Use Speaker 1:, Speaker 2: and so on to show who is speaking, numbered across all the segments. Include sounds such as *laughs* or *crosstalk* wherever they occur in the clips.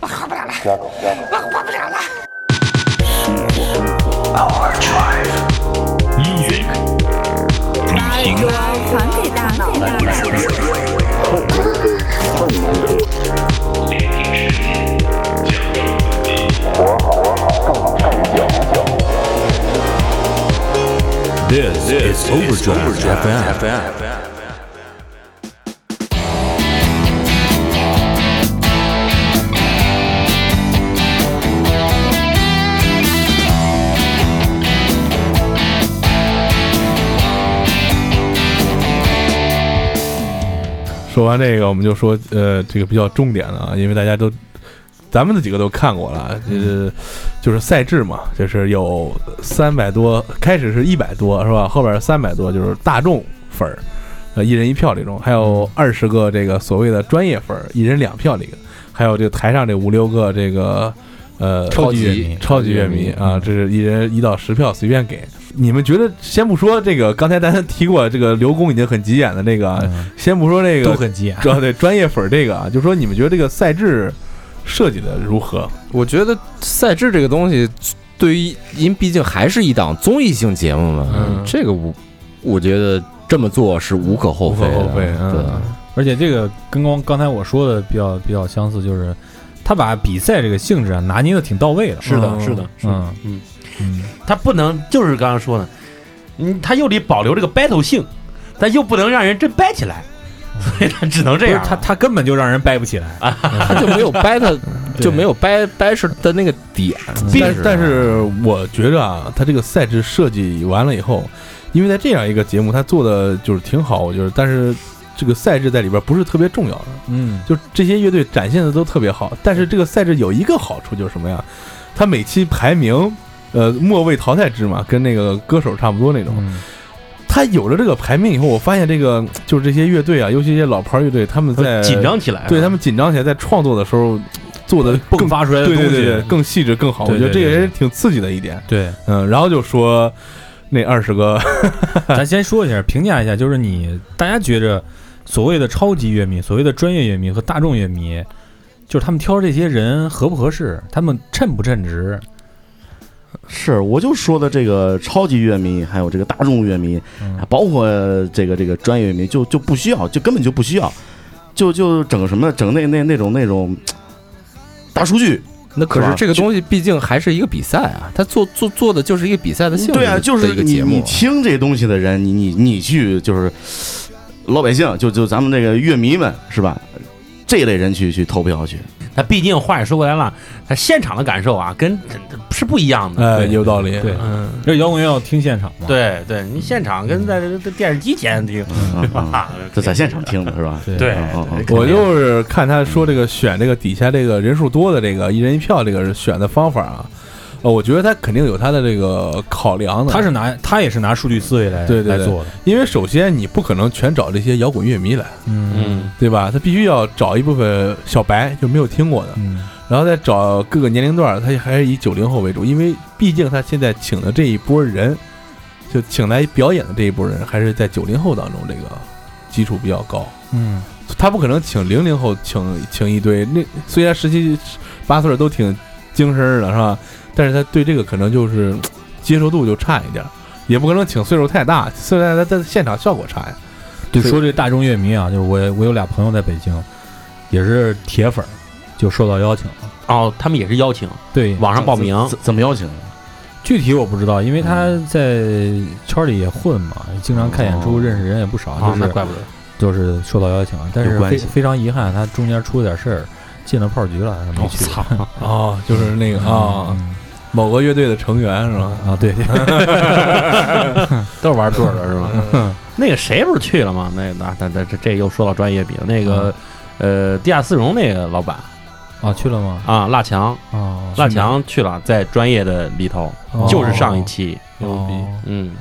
Speaker 1: 我活不了了，
Speaker 2: 加狗，加狗。
Speaker 1: 我活不了了。
Speaker 3: 音乐旅行
Speaker 4: 传给大脑，
Speaker 3: ，This is Overdrive FM。
Speaker 5: 说完这个，我们就说呃，这个比较重点的啊，因为大家都，咱们的几个都看过了，啊就是就是赛制嘛，就是有三百多，开始是一百多是吧？后边三百多就是大众分儿，呃，一人一票这种，还有二十个这个所谓的专业分儿，一人两票这个，还有这个台上这五六个这个呃
Speaker 6: 超级乐迷
Speaker 5: 超级乐迷啊，这是一人一到十票随便给。你们觉得，先不说这个，刚才大家提过这个刘工已经很急眼的这个
Speaker 7: 嗯
Speaker 5: 啊，
Speaker 8: 嗯
Speaker 5: 先不说这个
Speaker 6: 都很急眼。
Speaker 5: 对对，专业粉儿这个啊，就说你们觉得这个赛制设计的如何？
Speaker 7: 我觉得赛制这个东西，对于因毕竟还是一档综艺性节目嘛，
Speaker 5: 嗯
Speaker 7: 这个我我觉得这么做是无可厚
Speaker 5: 无
Speaker 7: 非
Speaker 5: 可
Speaker 7: 的。
Speaker 5: 厚非，
Speaker 7: 对
Speaker 5: 嗯，
Speaker 6: 而且这个跟刚刚才我说的比较比较相似，就是他把比赛这个性质啊拿捏的挺到位的。
Speaker 8: 是的，
Speaker 5: 嗯
Speaker 8: 是的，是的。
Speaker 6: 嗯
Speaker 8: 嗯
Speaker 6: 嗯，
Speaker 8: 他不能就是刚刚说的，嗯，他又得保留这个 battle 性，但又不能让人真掰起来，所以他只能这
Speaker 6: 不是
Speaker 8: 样。啊
Speaker 6: 他他根本就让人掰不起来。嗯
Speaker 7: *laughs* 他就没有掰他就没有掰掰是的那个点。
Speaker 5: 但
Speaker 8: 啊
Speaker 5: 是但是我觉着啊，他这个赛制设计完了以后，因为在这样一个节目，他做的就是挺好，我觉得，但是这个赛制在里边不是特别重要的，
Speaker 6: 嗯，
Speaker 5: 就这些乐队展现的都特别好，但是这个赛制有一个好处就是什么呀？它每期排名，呃，末位淘汰制嘛，跟那个歌手差不多那种。
Speaker 6: 嗯
Speaker 5: 他有了这个排名以后，我发现这个就是这些乐队啊，尤其一些老牌乐队，他们在
Speaker 8: 紧，张起来，
Speaker 5: 对他们紧张起来，在创作的时候做的
Speaker 6: 迸
Speaker 5: 更
Speaker 6: 发出来的
Speaker 5: 对
Speaker 6: 东
Speaker 5: 对
Speaker 6: 西，
Speaker 5: 对对更细致更好。
Speaker 6: 对
Speaker 5: 我觉得这
Speaker 6: 对
Speaker 5: 个
Speaker 6: 对
Speaker 5: 也是
Speaker 6: 对
Speaker 5: 挺刺激的一点。
Speaker 6: 对
Speaker 5: 嗯，然后就说那二十个，
Speaker 6: 咱先说一下，评价一下，就是你大家觉着所谓的超级乐迷、所谓的专业乐迷和大众乐迷，就是他们挑这些人合不合适，他们称不称职？
Speaker 8: 是
Speaker 9: 我就说的这个超级乐迷，还有这个大众乐迷，
Speaker 6: 嗯
Speaker 9: 啊包括这个这个专业乐迷，就就不需要，就根本就不需要，就就整什么整那那那种那种大数据，
Speaker 7: 那可
Speaker 9: 是
Speaker 7: 是
Speaker 9: 吧
Speaker 7: 这个东西毕竟还是一个比赛啊，他做做做的就是一个比赛的性质
Speaker 9: 对啊，就
Speaker 7: 的
Speaker 9: 是
Speaker 7: 一个
Speaker 9: 你
Speaker 7: 节
Speaker 9: 你
Speaker 7: 目。
Speaker 9: 听这东西的人，你你你去就是老百姓，就就咱们这个乐迷们是吧？这一类人去去投票去，
Speaker 8: 他毕竟话也说回来了，他现场的感受啊，跟是不一样的。
Speaker 5: 呃，
Speaker 6: 对
Speaker 5: 有道理。
Speaker 6: 对
Speaker 8: 嗯，
Speaker 6: 这摇滚乐要听现场嘛？
Speaker 8: 对对，你现场跟在这电视机前听，
Speaker 9: 嗯嗯
Speaker 8: 啊
Speaker 9: 这在现场听的是吧？
Speaker 6: 对
Speaker 8: 对
Speaker 9: 嗯嗯嗯，
Speaker 5: 我就是看他说这个选这个底下这个人数多的这个一人一票这个选的方法啊，呃，我觉得他肯定有他的这个考量的。
Speaker 6: 他是拿他也是拿数据思维来
Speaker 5: 对对对
Speaker 6: 来做的，
Speaker 5: 因为首先你不可能全找这些摇滚乐迷来，
Speaker 6: 嗯
Speaker 8: 嗯，
Speaker 5: 对吧？他必须要找一部分小白，就没有听过的，
Speaker 6: 嗯
Speaker 5: 然后再找各个年龄段儿，他还是以九零后为主，因为毕竟他现在请的这一波人，就请来表演的这一波人，还是在九零后当中这个基础比较高。
Speaker 6: 嗯，
Speaker 5: 他不可能请零零后请请一堆，那虽然十七八岁儿都挺精神儿的，是吧？但是他对这个可能就是嗯接受度就差一点儿，也不可能请岁数太大，岁数太大他现场效果差呀。
Speaker 6: 对，说这大众乐迷啊，就是我我有俩朋友在北京，也是铁粉儿，就受到邀请了。
Speaker 8: 哦，他们也是邀请
Speaker 6: 对，
Speaker 8: 网上报名，
Speaker 9: 怎怎么邀请？
Speaker 6: 具体我不知道，因为他在圈里也混嘛，经常看演出，
Speaker 9: 哦
Speaker 6: 认识人也不少，
Speaker 8: 啊
Speaker 6: 就，
Speaker 8: 那
Speaker 6: 是
Speaker 8: 怪不得。
Speaker 6: 就是受到邀请，但
Speaker 9: 有
Speaker 6: 是
Speaker 9: 关
Speaker 6: 非
Speaker 9: 系
Speaker 6: 非常遗憾，他中间出了点事儿，进了炮局了，没去。
Speaker 5: 哦，就是那个啊、
Speaker 6: 嗯
Speaker 5: 某个乐队的成员是吧？
Speaker 6: 啊，对 *laughs* 对，
Speaker 8: *laughs* 都是玩对的是吧？那个谁不是去了吗？那个啊那那那这这又说到专业比了。那个呃，地下丝绒那个老板
Speaker 6: 啊去了吗？
Speaker 8: 啊，辣强，
Speaker 6: 啊，
Speaker 8: 辣强去了，在专业的里头，
Speaker 6: 哦
Speaker 8: 就是上一期，
Speaker 6: 牛逼。
Speaker 8: 嗯，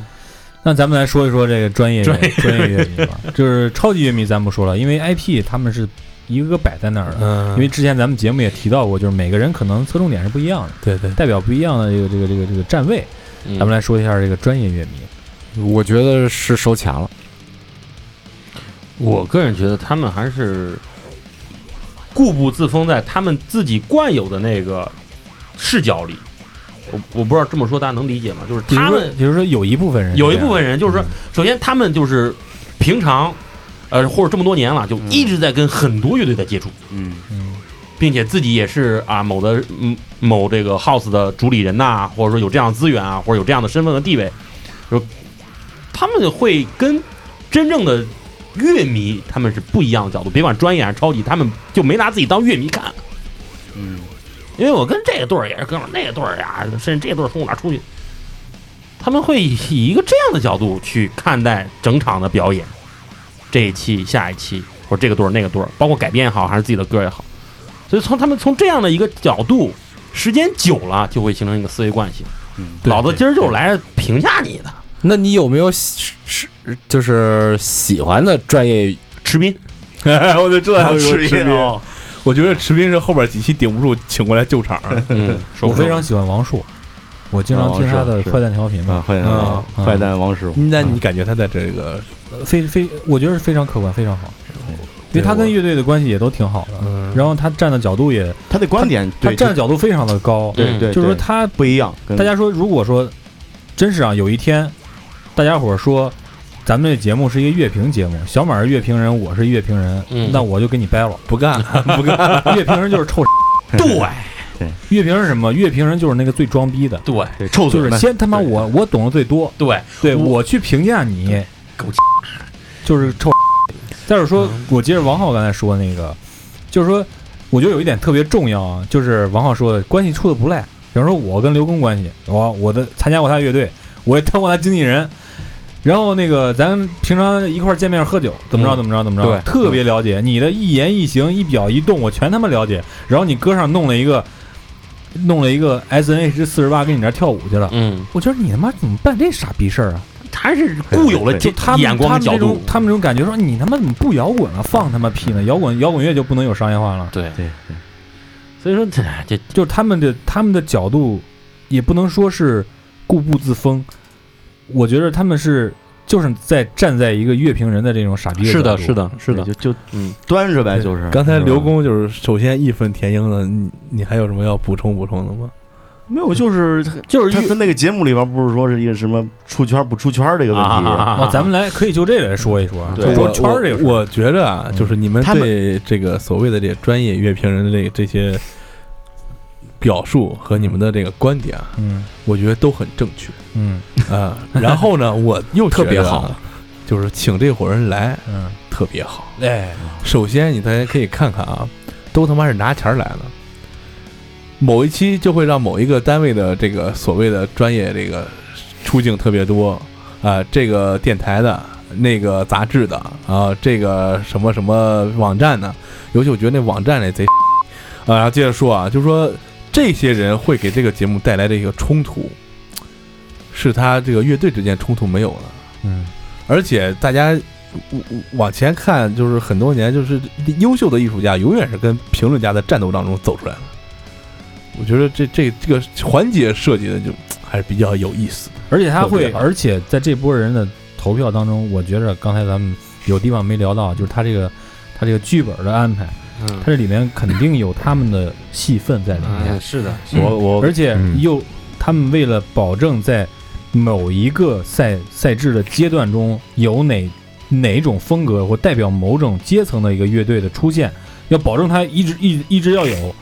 Speaker 6: 那咱们来说一说这个专业
Speaker 8: 专业
Speaker 6: 专业乐迷吧，就是超级乐迷，咱不说了，因为 IP 他们是一个个摆在那儿的。
Speaker 5: 嗯
Speaker 6: 因为之前咱们节目也提到过，就是每个人可能侧重点是不一样的，
Speaker 5: 对对，
Speaker 6: 代表不一样的这个这个这个这个站位。
Speaker 8: 嗯
Speaker 6: 咱们来说一下这个专业乐迷，
Speaker 7: 我觉得是收钱了，
Speaker 8: 我个人觉得他们还是固步自封在他们自己惯有的那个视角里。我我不知道这么说大家能理解吗？就是
Speaker 6: 比如
Speaker 8: 他
Speaker 6: 说
Speaker 8: 们
Speaker 6: 比如说有一部分人是这
Speaker 8: 有
Speaker 6: 样，嗯
Speaker 8: 一部分人就是说，首先他们就是平常，呃，或者这么多年了，就一直在跟很多乐队在接触，
Speaker 9: 嗯，
Speaker 6: 嗯，
Speaker 8: 并且自己也是啊某的嗯某这个 house 的主理人呐、或者说有这样的资源啊，或者有这样的身份和地位，就他们会跟真正的乐迷他们是不一样的角度，别管专业还是超级，他们就没拿自己当乐迷看。
Speaker 9: 嗯，
Speaker 8: 因为我跟这个队儿也是哥们儿，那个队儿呀，甚至这个队儿从我那儿出去，他们会以以一个这样的角度去看待整场的表演，这一期、下一期，或者这个队儿、那个队儿，包括改编也好，还是自己的歌也好，所以从他们从这样的一个角度，时间久了就会形成一个思维惯性。
Speaker 9: 嗯
Speaker 8: 老子今儿就是来评价你的，
Speaker 7: 那你有没有喜是就是喜欢的专业？
Speaker 8: 池斌，
Speaker 5: *laughs* 我就知道他
Speaker 9: 吃
Speaker 5: 斌
Speaker 9: 一，哦，
Speaker 5: 我觉得池斌是后边几期顶不住请过来救场啊。
Speaker 8: 嗯，
Speaker 6: 我非常喜欢王朔，我经常
Speaker 9: 哦
Speaker 6: 听他
Speaker 9: 是
Speaker 6: 的
Speaker 9: 是
Speaker 6: 坏蛋调频
Speaker 9: 啊，
Speaker 6: 嘛，
Speaker 9: 坏蛋王，
Speaker 6: 嗯
Speaker 9: 坏蛋王师傅，
Speaker 5: *laughs* 那你感觉他在这个
Speaker 6: 非非我觉得是非常客观，非常好，因为他跟乐队的关系也都挺好的，
Speaker 5: 嗯，
Speaker 6: 然后他站的角度也，
Speaker 9: 他的观点
Speaker 6: 他
Speaker 9: 对
Speaker 6: 站的角度非常的高，
Speaker 9: 对对，
Speaker 6: 就是说
Speaker 9: 对
Speaker 6: 他
Speaker 9: 不一样，跟
Speaker 6: 大家说，如果说真是啊，有一天大家伙儿说咱们这节目是一个乐评节目，小马是乐评人，我是乐评人，
Speaker 8: 嗯
Speaker 6: 那我就跟你掰
Speaker 9: *laughs*
Speaker 6: 了。
Speaker 5: 不干不干，
Speaker 6: 乐评人就是臭，
Speaker 8: 对
Speaker 6: 乐评人是什么？乐评人就是那个最装逼的，
Speaker 8: 对
Speaker 9: 对臭
Speaker 6: 就
Speaker 9: 嘴
Speaker 6: 是
Speaker 9: 们，
Speaker 6: 先他妈我我懂得最多，
Speaker 8: 对，
Speaker 6: 对
Speaker 8: 我
Speaker 6: 我去评价你，
Speaker 8: 狗屁
Speaker 6: 就是臭。再者说，我接着王浩刚才说那个，就是说，我觉得有一点特别重要啊，就是王浩说的关系处的不赖。比方说，我跟刘工关系，我我的参加过他乐队，我也当过他经纪人，然后那个咱平常一块儿见面喝酒，怎么着
Speaker 8: 嗯
Speaker 6: 怎么着怎么着，
Speaker 8: 对
Speaker 6: 特别了解你的一言一行、一表一动，我全他妈了解。然后你歌上弄了一个，弄了一个 S N H 四十八跟你那儿跳舞去了，
Speaker 8: 嗯，
Speaker 6: 我觉得你他妈怎么办这傻逼事儿啊？
Speaker 8: 他是固有了
Speaker 9: 对
Speaker 6: 就
Speaker 8: 这
Speaker 6: 他们
Speaker 8: 眼光
Speaker 6: 他
Speaker 8: 和
Speaker 6: 们
Speaker 8: 角
Speaker 6: 这
Speaker 8: 度
Speaker 6: 种，他们这种感觉说哎你他妈怎么不摇滚了？放他妈屁呢！摇滚摇滚乐就不能有商业化了？
Speaker 8: 对，
Speaker 9: 对
Speaker 8: 所以说这这
Speaker 6: 就是他们的他们的角度也不能说是固步自封，我觉得他们是就是在站在一个乐评人的这种傻逼角度，
Speaker 8: 的，是
Speaker 9: 对，就就
Speaker 8: 嗯，
Speaker 9: 端着呗，
Speaker 5: 对
Speaker 9: 就是
Speaker 5: 刚才
Speaker 9: 是吧
Speaker 5: 刘工就是首先义愤填膺的，你你还有什么要补充补充的吗？
Speaker 9: 没有，就是
Speaker 8: 就是
Speaker 9: 他跟那个节目里边不是说是一个什么出圈不出圈这个问题，
Speaker 6: 啊，咱们来可以就这个来说一说，啊
Speaker 9: 对
Speaker 6: 就
Speaker 5: 我
Speaker 6: 说圈儿这个事儿
Speaker 5: 我我觉着啊，
Speaker 6: 嗯
Speaker 5: 就是你们
Speaker 9: 他们
Speaker 5: 对这个所谓的这专业乐评人的这这些表述和你们的这个观点啊，
Speaker 6: 嗯
Speaker 5: 我觉得都很正 *laughs* 确
Speaker 6: 嗯
Speaker 5: 啊。然后呢，我又
Speaker 7: 特别
Speaker 5: 觉得啊
Speaker 7: 好，
Speaker 5: 就是请这伙人来
Speaker 6: 嗯，
Speaker 5: 特别好。
Speaker 6: 哎，
Speaker 5: 首先，你大家可以看看啊，都他妈是拿钱儿来的。某一期就会让某一个单位的这个所谓的专业这个出镜特别多啊、这个电台的、那个杂志的啊、这个什么什么网站的，尤其我觉得那网站那贼啊。然后接着说啊，就是说这些人会给这个节目带来的一个冲突，是他这个乐队之间冲突没有了。
Speaker 6: 嗯
Speaker 5: 而且大家我我往前看，就是很多年，就是优秀的艺术家永远是跟评论家的战斗当中走出来的。我觉得这这这个环节设计的就还是比较有意思的。
Speaker 6: 而且他
Speaker 5: 特
Speaker 6: 会，
Speaker 5: 别好
Speaker 6: 而且在这波人的投票当中，我觉着刚才咱们有地方没聊到，就是他这个他这个剧本的安排，
Speaker 8: 嗯
Speaker 6: 他这里面肯定有他们的戏份在里
Speaker 7: 啊哎
Speaker 6: 面，
Speaker 8: 是的，
Speaker 9: 我我
Speaker 6: 而且
Speaker 7: 嗯
Speaker 6: 又他们为了保证在某一个赛赛制的阶段中有哪哪一种风格或代表某种阶层的一个乐队的出现，要保证它一直一直一直要有。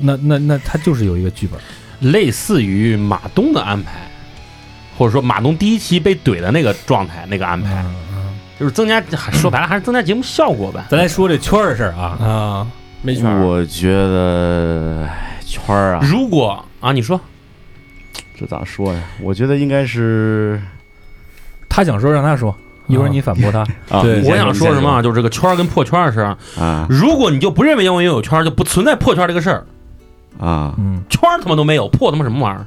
Speaker 6: 那那那他就是有一个剧本，
Speaker 8: 类似于马东的安排，或者说马东第一期被怼的那个状态，那个安排，就是增加，说白了还是增加节目效果呗。
Speaker 6: 咱来说这圈儿的事儿啊，
Speaker 5: 啊，
Speaker 7: 没
Speaker 9: 我觉得哎圈儿 *laughs* 啊，
Speaker 8: 如果啊，你说
Speaker 9: 这咋说呀？我觉得应该是
Speaker 6: 他想说让他说，一会儿
Speaker 5: 啊
Speaker 6: 你反驳他。
Speaker 9: 啊，
Speaker 5: 对
Speaker 9: 你先
Speaker 8: 我想
Speaker 9: 你
Speaker 8: 说
Speaker 9: 先
Speaker 8: 什么啊，就是这个圈儿跟破圈儿的事儿啊。
Speaker 9: 啊
Speaker 8: 如果你就不认为摇滚乐有圈儿，就不存在破圈儿这个事儿，
Speaker 9: 啊？
Speaker 6: 嗯，
Speaker 8: 圈儿他妈都没有，破他妈什么玩意儿，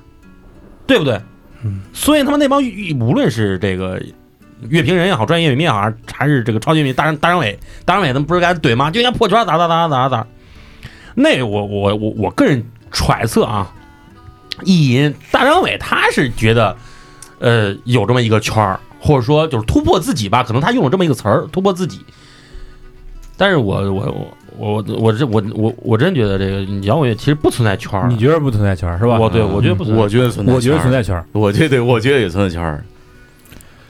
Speaker 8: 对不对？
Speaker 5: 嗯
Speaker 8: 所以他妈那帮无论是这个乐评人也好，专业乐迷也好，还是还是这个超级乐迷大张大张伟，大张伟他们不是该怼吗？就应该破圈儿，咋咋咋咋咋。那我我我我个人揣测啊，意淫大张伟他是觉得，呃，有这么一个圈儿，或者说就是突破自己吧，可能他用了这么一个词儿，突破自己。但是我我我我我这我我我真觉得这个摇滚乐其实不存在圈儿，
Speaker 6: 你觉得不存在圈儿是吧？
Speaker 8: 我对嗯我觉得不存在圈儿，
Speaker 9: 我觉得存在，
Speaker 6: 我觉得存，在圈儿，
Speaker 9: 我觉得我觉得也存在圈儿。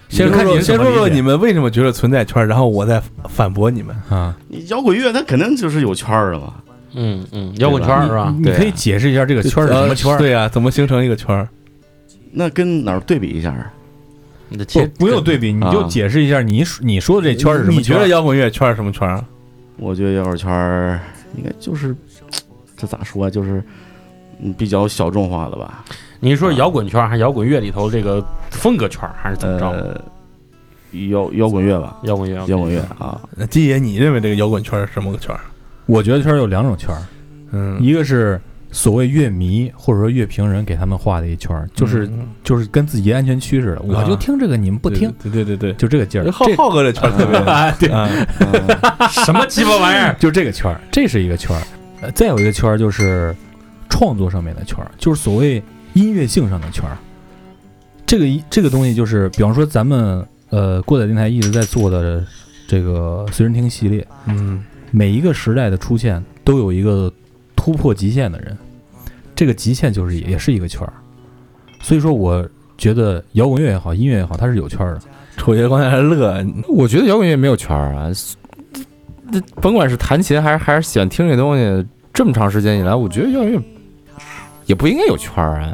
Speaker 5: 先
Speaker 6: 你
Speaker 5: 说
Speaker 6: 看
Speaker 5: 说
Speaker 6: 您怎
Speaker 5: 先
Speaker 6: 么
Speaker 5: 说说
Speaker 6: 理解
Speaker 5: 你们为什么觉得存在圈儿，然后我再反驳你们。
Speaker 6: 啊，
Speaker 9: 你摇滚乐它肯定就是有圈儿的嘛，
Speaker 8: 嗯嗯，摇滚圈儿是吧？
Speaker 6: 你可以解释一下这个圈儿是什么圈
Speaker 5: 呃
Speaker 6: 儿？
Speaker 5: 对啊，怎么形成一个圈儿？
Speaker 9: 那跟哪儿对比一下啊？
Speaker 8: 你的切
Speaker 6: 不不用对比，你就
Speaker 9: 啊
Speaker 6: 解释一下你说你说的这圈儿是什么
Speaker 5: 你
Speaker 6: 圈
Speaker 5: 觉
Speaker 6: 儿？
Speaker 5: 得摇滚乐圈儿是什么圈儿？
Speaker 9: 我觉得摇滚圈儿应该就是，这咋说啊？就是嗯比较小众化的吧。
Speaker 8: 你说摇滚圈儿还是摇滚乐里头这个风格圈儿还是怎么着？
Speaker 9: 呃，摇摇滚乐吧，
Speaker 8: 摇滚乐，
Speaker 9: 摇滚乐啊，
Speaker 5: 那季爷，你认为这个摇滚圈儿是什么个圈儿？
Speaker 6: 我觉得圈儿有两种圈儿，
Speaker 5: 嗯，
Speaker 6: 一个是所谓乐迷或者说乐评人给他们画的一圈儿，就是
Speaker 5: 嗯啊
Speaker 6: 就是跟自己安全区似的，我就听这个，你们不听，，
Speaker 5: 对对对对对
Speaker 6: 就这个劲儿，
Speaker 5: 浩
Speaker 6: 这
Speaker 5: 浩哥这圈儿特别
Speaker 6: 啊对，
Speaker 5: 啊，
Speaker 8: 什么鸡巴玩意儿？
Speaker 6: 就这个圈儿，这是一个圈儿。呃，再有一个圈儿就是创作上面的圈儿，就是所谓音乐性上的圈儿。这个一这个东西就是，比方说咱们呃过载电台一直在做的这个随身听系列，
Speaker 5: 嗯
Speaker 6: 每一个时代的出现都有一个突破极限的人，这个极限就是也是一个圈儿。所以说，我觉得摇滚乐也好，音乐也好，它是有圈儿的。
Speaker 5: 丑爷刚才还乐，
Speaker 7: 我觉得摇滚乐没有圈儿啊，那甭管是弹琴还是还是喜欢听这东西，这么长时间以来，我觉得摇滚乐也不应该有圈儿啊。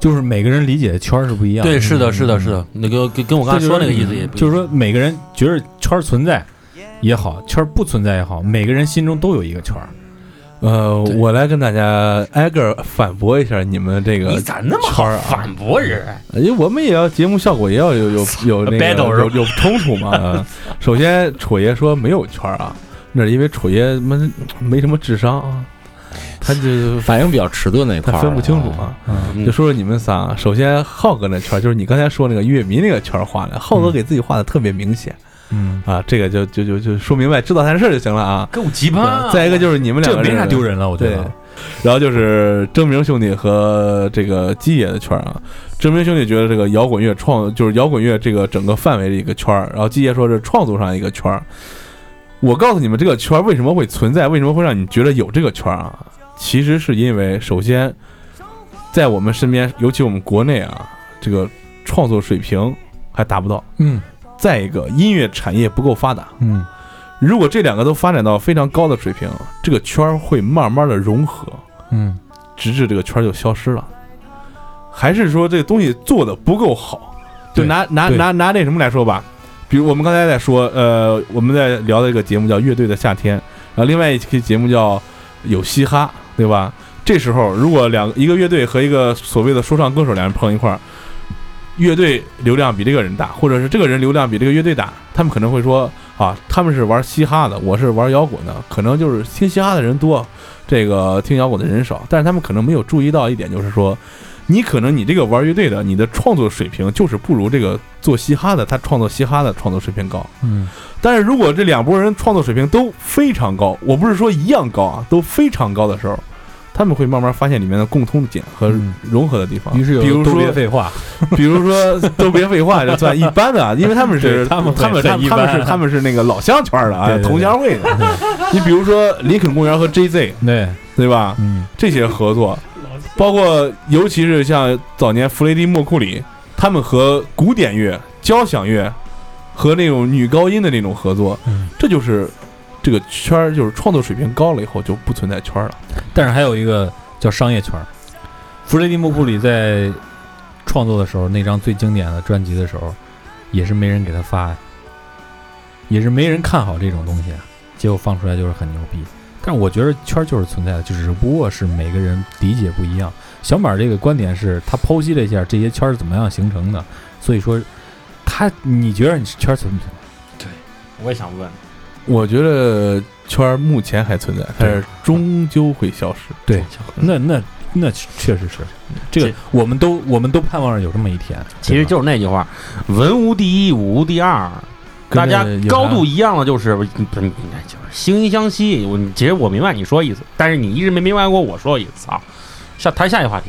Speaker 6: 就是每个人理解的圈儿是不一样的。
Speaker 8: 对，是的，是的，是的，那个跟跟我刚才说那个意思也不一样
Speaker 6: 嗯就是说每个人觉得圈儿存在也好，圈儿不存在也好，每个人心中都有一个圈儿。
Speaker 5: 呃，
Speaker 6: 对
Speaker 5: 我来跟大家挨个儿反驳一下你们这个
Speaker 8: 你咋那么
Speaker 5: 圈
Speaker 8: 好
Speaker 5: 儿啊，
Speaker 8: 反驳人？
Speaker 5: 因为我们也要节目效果也要有有有那个
Speaker 8: Battle 是吧
Speaker 5: 有有冲突嘛。呃首先，楚爷说没有圈儿啊，那是因为楚爷们没什么智商啊，他就
Speaker 7: 反应比较迟钝那一哎块
Speaker 5: 他
Speaker 7: 儿，
Speaker 5: 分不清楚啊。
Speaker 6: 嗯，
Speaker 8: 嗯
Speaker 5: 就说说你们仨啊，首先浩哥那圈儿，就是你刚才说那个乐迷那个圈儿画的，浩哥给自己画的特别明显
Speaker 6: 嗯，
Speaker 5: 啊，这个就就就就说明白，知道他的事儿就行了啊。
Speaker 8: 够鸡
Speaker 5: 对
Speaker 8: 巴！
Speaker 5: 再一个就是你们两
Speaker 6: 这
Speaker 5: 个
Speaker 6: 没啥
Speaker 5: 人
Speaker 6: 丢人了，我觉
Speaker 5: 对
Speaker 6: 得。，
Speaker 5: 然后就是征明兄弟和这个基爷的圈儿啊。征明兄弟觉得这个摇滚乐创就是摇滚乐这个整个范围的一个圈儿，然后基爷说是创作上一个圈儿。我告诉你们，这个圈儿为什么会存在，为什么会让你觉得有这个圈儿啊？其实是因为，首先，在我们身边，尤其我们国内啊，这个创作水平还达不到；
Speaker 6: 嗯
Speaker 5: 再一个，音乐产业不够发达。
Speaker 6: 嗯
Speaker 5: 如果这两个都发展到非常高的水平，这个圈儿会慢慢的融合。
Speaker 6: 嗯
Speaker 5: 直至这个圈儿就消失了，还是说这个东西做的不够好？就
Speaker 6: 对
Speaker 5: 拿拿
Speaker 6: 对
Speaker 5: 拿拿那什么来说吧，比如我们刚才在说，呃，我们在聊的一个节目叫《乐队的夏天》，然后另外一期节目叫《有嘻哈》，对吧？这时候如果两一个乐队和一个所谓的说唱歌手两人碰一块儿，乐队流量比这个人大，或者是这个人流量比这个乐队大，他们可能会说啊，他们是玩嘻哈的，我是玩摇滚的，可能就是听嘻哈的人多，这个听摇滚的人少，但是他们可能没有注意到一点，就是说，你可能你这个玩乐队的，你的创作水平就是不如这个做嘻哈的，他创作嘻哈的创作水平高。
Speaker 6: 嗯
Speaker 5: 但是如果这两拨人创作水平都非常高，我不是说一样高啊，都非常高的时候，他们会慢慢发现里面的共通点和
Speaker 6: 嗯
Speaker 5: 融合的地方。
Speaker 6: 于是有
Speaker 5: 比如
Speaker 6: 都
Speaker 5: 说
Speaker 6: 别废话，
Speaker 5: 比如说都别废话，就算一般的啊，因为他们是
Speaker 6: 对他们
Speaker 5: 他们
Speaker 6: 很
Speaker 5: 他们
Speaker 6: 一
Speaker 5: 他
Speaker 6: 般
Speaker 5: 们是他们是那个老乡圈的啊
Speaker 6: 对，对对
Speaker 5: 同乡会的。啊你比如说林肯公园和 JZ，
Speaker 6: 对，
Speaker 5: 对吧？
Speaker 6: 嗯
Speaker 5: 这些合作，包括尤其是像早年弗雷迪·莫库里，他们和古典乐、交响乐和那种女高音的那种合作，
Speaker 6: 嗯。
Speaker 5: 这就是这个圈儿，就是创作水平高了以后就不存在圈儿了。
Speaker 6: 但是还有一个叫商业圈儿，弗雷迪·莫库里在创作的时候，那张最经典的专辑的时候，也是没人给他发呀，也是没人看好这种东西啊，结果放出来就是很牛逼。但是我觉得圈儿就是存在的，就只不过是每个人理解不一样。小马这个观点是他剖析了一下这些圈儿是怎么样形成的，所以说他你觉得你是圈儿存不存在？
Speaker 8: 我也想问，
Speaker 5: 我觉得圈儿目前还存在，但是终究会消失。
Speaker 6: 对那那那确实是，这个
Speaker 8: 这
Speaker 6: 我们都我们都盼望着有这么一天。
Speaker 8: 其实
Speaker 6: 对吧
Speaker 8: 就是那句话：文无第一，武无第二。大家
Speaker 5: 跟那有啥
Speaker 8: 高度一样的就是不是不是就是惺惺相惜。我其实我明白你说意思，但是你一直没明白过我说的意思啊。下谈下一个话题，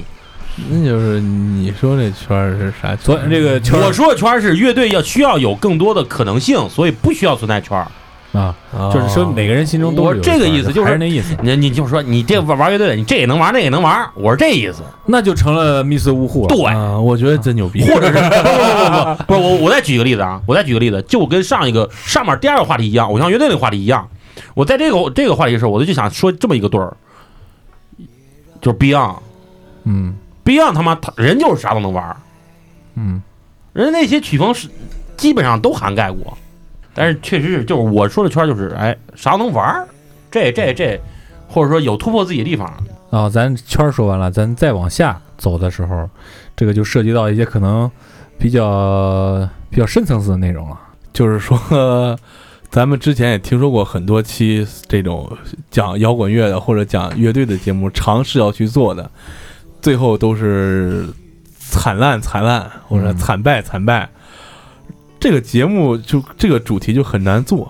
Speaker 5: 那就是你说这圈儿是啥圈儿？
Speaker 6: 所以这个圈儿
Speaker 8: 我说的圈儿是乐队要需要有更多的可能性，所以不需要存在圈儿。
Speaker 6: 啊，
Speaker 5: 啊
Speaker 6: 就是说每个人心中都
Speaker 8: 我
Speaker 6: 是有一
Speaker 8: 这个
Speaker 6: 圈儿
Speaker 8: 意思
Speaker 6: 的
Speaker 8: 就是
Speaker 6: 还是那意思，
Speaker 8: 你你就说你这玩玩乐队，你这也能玩，那也能玩，我是这意思。
Speaker 6: 那就成了密室屋户了。
Speaker 8: 对，
Speaker 5: 啊，我觉得真牛逼，
Speaker 8: *laughs* 或者是不 *laughs* 不不不不，不是我我再举个例子啊，我再举个例子，就跟上一个上面第二个话题一样，偶像乐队那个话题一样，我在这个这个话题的时候，我就想说这么一个对儿，就是 Beyond，Beyond
Speaker 6: 嗯
Speaker 8: 他妈他人就是啥都能玩儿，
Speaker 6: 嗯，
Speaker 8: 人家那些曲风是基本上都涵盖过，但是确实是就是我说的圈儿就是哎啥都能玩儿，这这这，或者说有突破自己的地方，
Speaker 6: 然后啊咱圈儿说完了，咱再往下走的时候，这个就涉及到一些可能比较比较深层次的内容了。
Speaker 5: 就是说、咱们之前也听说过很多期这种讲摇滚乐的或者讲乐队的节目，尝试要去做的，最后都是惨烂惨烂，或者
Speaker 6: 嗯
Speaker 5: 惨败惨败。这个节目就这个主题就很难做。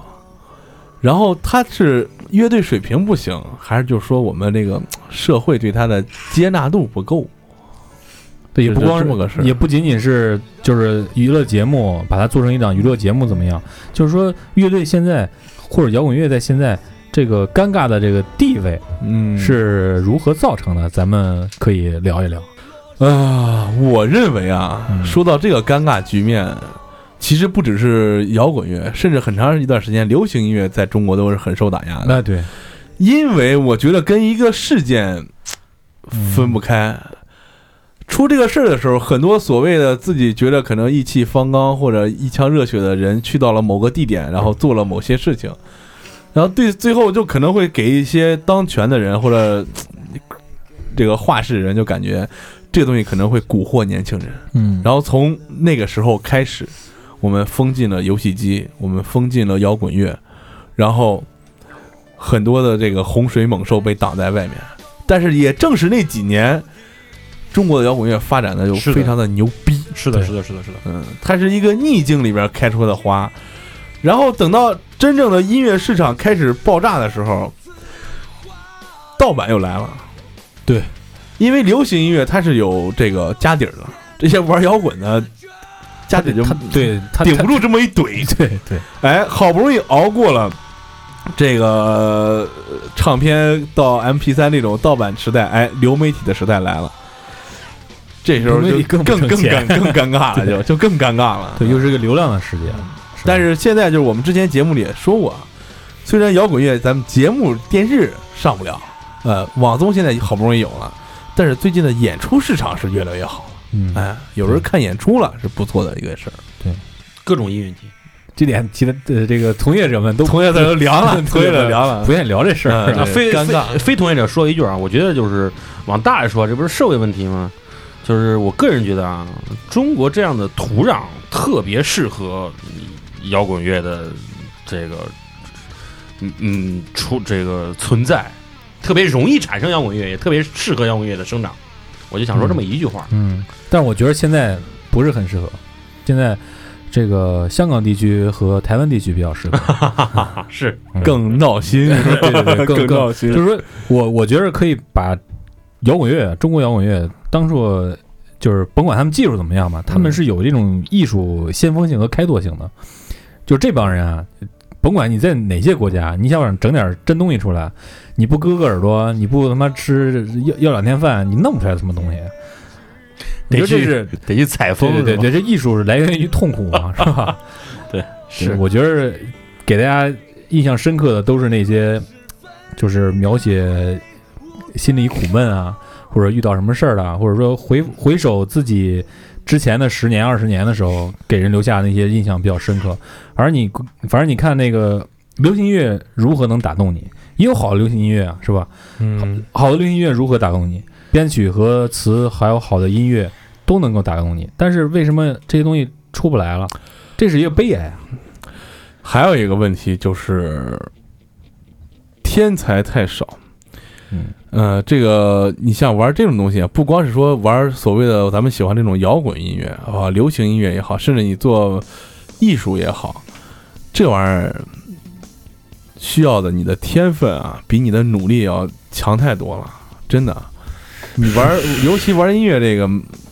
Speaker 5: 然后他是乐队水平不行，还是就是说我们这个社会对他的接纳度不够？
Speaker 6: 对，也
Speaker 5: 是
Speaker 6: 不
Speaker 5: 就
Speaker 6: 光
Speaker 5: 这
Speaker 6: 是
Speaker 5: 么个事儿
Speaker 6: 也不仅仅是就是娱乐节目，把它做成一档娱乐节目怎么样？就是说，乐队现在或者摇滚乐在现在这个尴尬的这个地位
Speaker 5: 嗯
Speaker 6: 是如何造成的？咱们可以聊一聊。
Speaker 5: 啊，我认为啊，
Speaker 6: 嗯
Speaker 5: 说到这个尴尬局面，其实不只是摇滚乐，甚至很长一段时间，流行音乐在中国都是很受打压的。
Speaker 6: 那对，
Speaker 5: 因为我觉得跟一个事件
Speaker 6: 嗯
Speaker 5: 分不开。出这个事儿的时候，很多所谓的自己觉得可能意气方刚或者一腔热血的人，去到了某个地点，然后做了某些事情，然后对最后就可能会给一些当权的人或者呃这个话事人就感觉这个东西可能会蛊惑年轻人。
Speaker 6: 嗯，
Speaker 5: 然后从那个时候开始，我们封禁了游戏机，我们封禁了摇滚乐，然后很多的这个洪水猛兽被挡在外面。但是也正是那几年，中国的摇滚乐发展的就是
Speaker 8: 的
Speaker 5: 非常的牛逼，
Speaker 8: 是
Speaker 6: 的
Speaker 8: 是的，是的，是的，
Speaker 6: 呃
Speaker 5: 嗯，它是一个逆境里边开出的花。然后等到真正的音乐市场开始爆炸的时候，盗版又来了。
Speaker 6: 对，
Speaker 5: 因为流行音乐它是有这个家底儿的，这些玩摇滚的家底儿就
Speaker 6: 他对他
Speaker 5: 顶不住这么一怼。
Speaker 6: 他 *laughs* 对对，
Speaker 5: 哎，好不容易熬过了这个呃唱片到 MP 三这种盗版时代，哎，流媒体的时代来了。这时候
Speaker 6: 流媒
Speaker 5: 就
Speaker 6: 体更
Speaker 5: 更
Speaker 6: 不
Speaker 5: 更
Speaker 6: 挣钱
Speaker 5: 尴更尴尬了，
Speaker 6: 对
Speaker 5: 就就更尴尬了。
Speaker 6: *laughs* 对，又是一个流量的世界。
Speaker 5: 但是现在就是我们之前节目里也说过，啊虽然摇滚乐咱们节目电视上不了，呃，网综现在好不容易有了，但是最近的演出市场是越来越好了。
Speaker 6: 嗯，
Speaker 5: 哎，有人看演出了是不错的一个
Speaker 6: *laughs*
Speaker 5: 事儿。
Speaker 8: 各种音乐节。
Speaker 6: 这点提的呃，这个从业者们都，
Speaker 5: 同学在这凉了
Speaker 6: *laughs*
Speaker 5: *laughs* 同学在这凉了
Speaker 6: 不。愿意聊这事儿
Speaker 5: 嗯
Speaker 6: 啊。
Speaker 5: 对
Speaker 8: 非
Speaker 5: 尴尬
Speaker 8: 非非同业者说一句啊，我觉得就是往大了说，这不是社会问题吗？就是我个人觉得啊，中国这样的土壤特别适合摇滚乐的这个，嗯嗯，出这个存在，特别容易产生摇滚乐，也特别适合摇滚乐的生长。我就想说这么一句话，
Speaker 6: 嗯，但是我觉得现在不是很适合，现在这个香港地区和台湾地区比较适合，
Speaker 8: 啊是
Speaker 6: 嗯
Speaker 5: 更闹心，
Speaker 6: *laughs* 对对
Speaker 5: *laughs*
Speaker 6: 对，更
Speaker 5: 闹
Speaker 6: 就
Speaker 5: 心
Speaker 6: 是说我我觉得可以把摇滚乐，中国摇滚乐当做就是甭管他们技术怎么样吧，他们是有这种艺术先锋性和开拓性的。就这帮人啊，甭管你在哪些国家，你想想整点真东西出来，你不割个耳朵，你不他妈吃要要两天饭，你弄不出来什么东西。我觉得这
Speaker 8: 得去
Speaker 6: 是
Speaker 8: 得去采风，
Speaker 6: 对对
Speaker 8: 是吧
Speaker 6: 对，这艺术是来源于痛苦
Speaker 8: *laughs*
Speaker 6: 嘛，是吧？
Speaker 8: 对，
Speaker 6: 是我觉得给大家印象深刻的都是那些，就是描写心里苦闷啊，或者遇到什么事儿了，或者说回回首自己之前的十年二十年的时候，给人留下那些印象比较深刻。而你，反正你看那个流行音乐如何能打动你，也有好的流行音乐啊，是吧？
Speaker 5: 嗯，
Speaker 6: 好的流行音乐如何打动你？编曲和词还有好的音乐都能够打动你，但是为什么这些东西出不来了？这是一个悲哀啊！
Speaker 5: 还有一个问题就是天才太少。
Speaker 6: 嗯，
Speaker 5: 呃，这个你像玩这种东西啊，不光是说玩所谓的咱们喜欢这种摇滚音乐啊、流行音乐也好，甚至你做艺术也好，这玩意儿需要的你的天分啊，比你的努力要强太多了，真的。你玩，尤其玩音乐这个，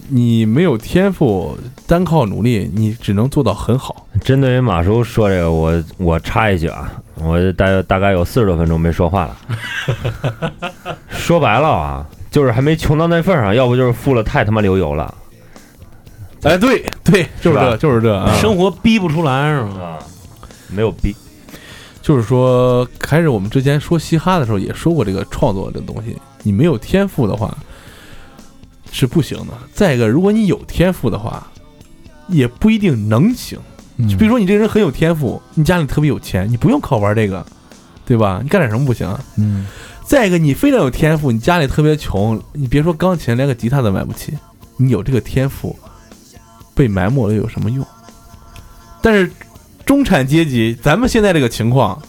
Speaker 5: 你没有天赋，单靠努力，你只能做到很好。
Speaker 1: 针对于马叔说这个，我我插一句啊，我大大概有四十多分钟没说
Speaker 8: *laughs*
Speaker 1: 话了。说白了啊，就是还没穷到那份儿上，要不就是富了太他妈流油了。
Speaker 5: 哎，对对，就是
Speaker 1: 吧
Speaker 5: 这，就是这啊。
Speaker 8: 生活逼不出来是吗？
Speaker 1: 啊，没有逼，
Speaker 5: 就是说，开始我们之前说嘻哈的时候也说过这个创作这东西，你没有天赋的话是不行的。再一个，如果你有天赋的话，也不一定能行。
Speaker 6: 嗯
Speaker 5: 就比如说你这个人很有天赋，你家里特别有钱，你不用靠玩这个，对吧？你干点什么不行啊？
Speaker 6: 嗯，
Speaker 5: 再一个，你非常有天赋，你家里特别穷，你别说钢琴，连个吉他都买不起，你有这个天赋，被埋没了有什么用？但是中产阶级，咱们现在这个情况，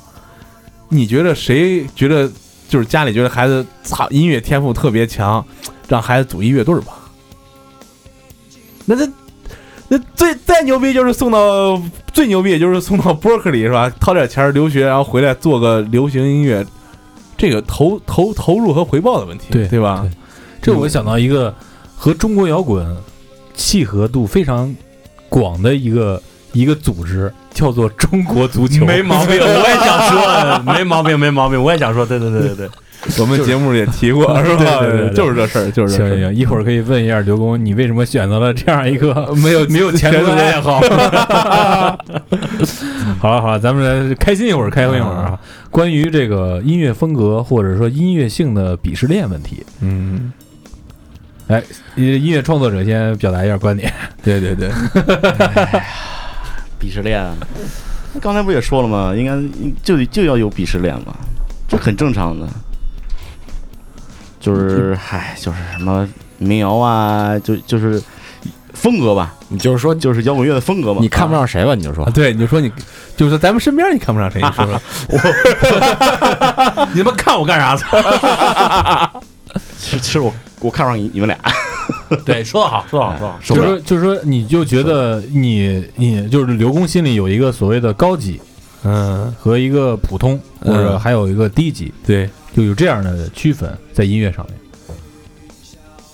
Speaker 5: 你觉得谁觉得就是家里觉得孩子操音乐天赋特别强，让孩子组一乐队儿吧？那这。那最再牛逼就是送到最牛逼，也就是送到伯克利是吧？ *laughs* 掏点钱儿留学，然后回来做个流行音乐这个投投投入和回报的问题，
Speaker 6: 对
Speaker 5: 对吧？
Speaker 6: 对这我想到一个和中国摇滚契合度非常广的一个一个组织，叫做中国足球。
Speaker 8: 没毛病， *laughs* 我也想 *laughs* 说，没毛病，没毛病，我也想说，对对对对对，
Speaker 5: 我们节目里也提过，是吧？
Speaker 6: *laughs* 对对对对
Speaker 5: 就是这事儿，就是
Speaker 6: 行
Speaker 5: 这
Speaker 6: 行
Speaker 5: 事儿。
Speaker 6: 行，一会儿可以问一下刘工，你为什么选择了这样一个
Speaker 5: 呃没有
Speaker 6: 没有前途的
Speaker 5: *laughs*
Speaker 6: 爱好？好了好了，咱们来开心一会儿，开心一会儿啊！关于这个音乐风格或者说音乐性的鄙视链问题，
Speaker 5: 嗯，
Speaker 6: 音乐创作者先表达一下观点。
Speaker 5: 对对
Speaker 6: *laughs*
Speaker 5: 对，
Speaker 9: *laughs* 鄙视链，啊那刚才不也说了吗？应该就就要有鄙视链嘛，这很正常的。就是，唉，就是什么民谣啊，就就是风格吧，
Speaker 7: 你就是说，
Speaker 9: 就是摇滚乐的风格嘛。
Speaker 7: 你看不
Speaker 9: 啊
Speaker 7: 上谁吧？你就说
Speaker 5: 啊，对，你就说你，就是咱们身边你看不上谁，你说 *laughs* 说，
Speaker 8: 你们看我干啥？操！
Speaker 9: 其实其实我我看不上你你们俩，
Speaker 8: 对，说的好，说的好，说的好。
Speaker 9: 受
Speaker 6: 就
Speaker 9: 不
Speaker 6: 是
Speaker 9: 了。
Speaker 6: 说就是说，你就觉得你你就是刘工心里有一个所谓的高级
Speaker 5: 嗯，
Speaker 6: 和一个普通，
Speaker 5: 嗯
Speaker 6: 或者还有一个低级，
Speaker 5: 对，
Speaker 6: 就有这样的区分在音乐上面。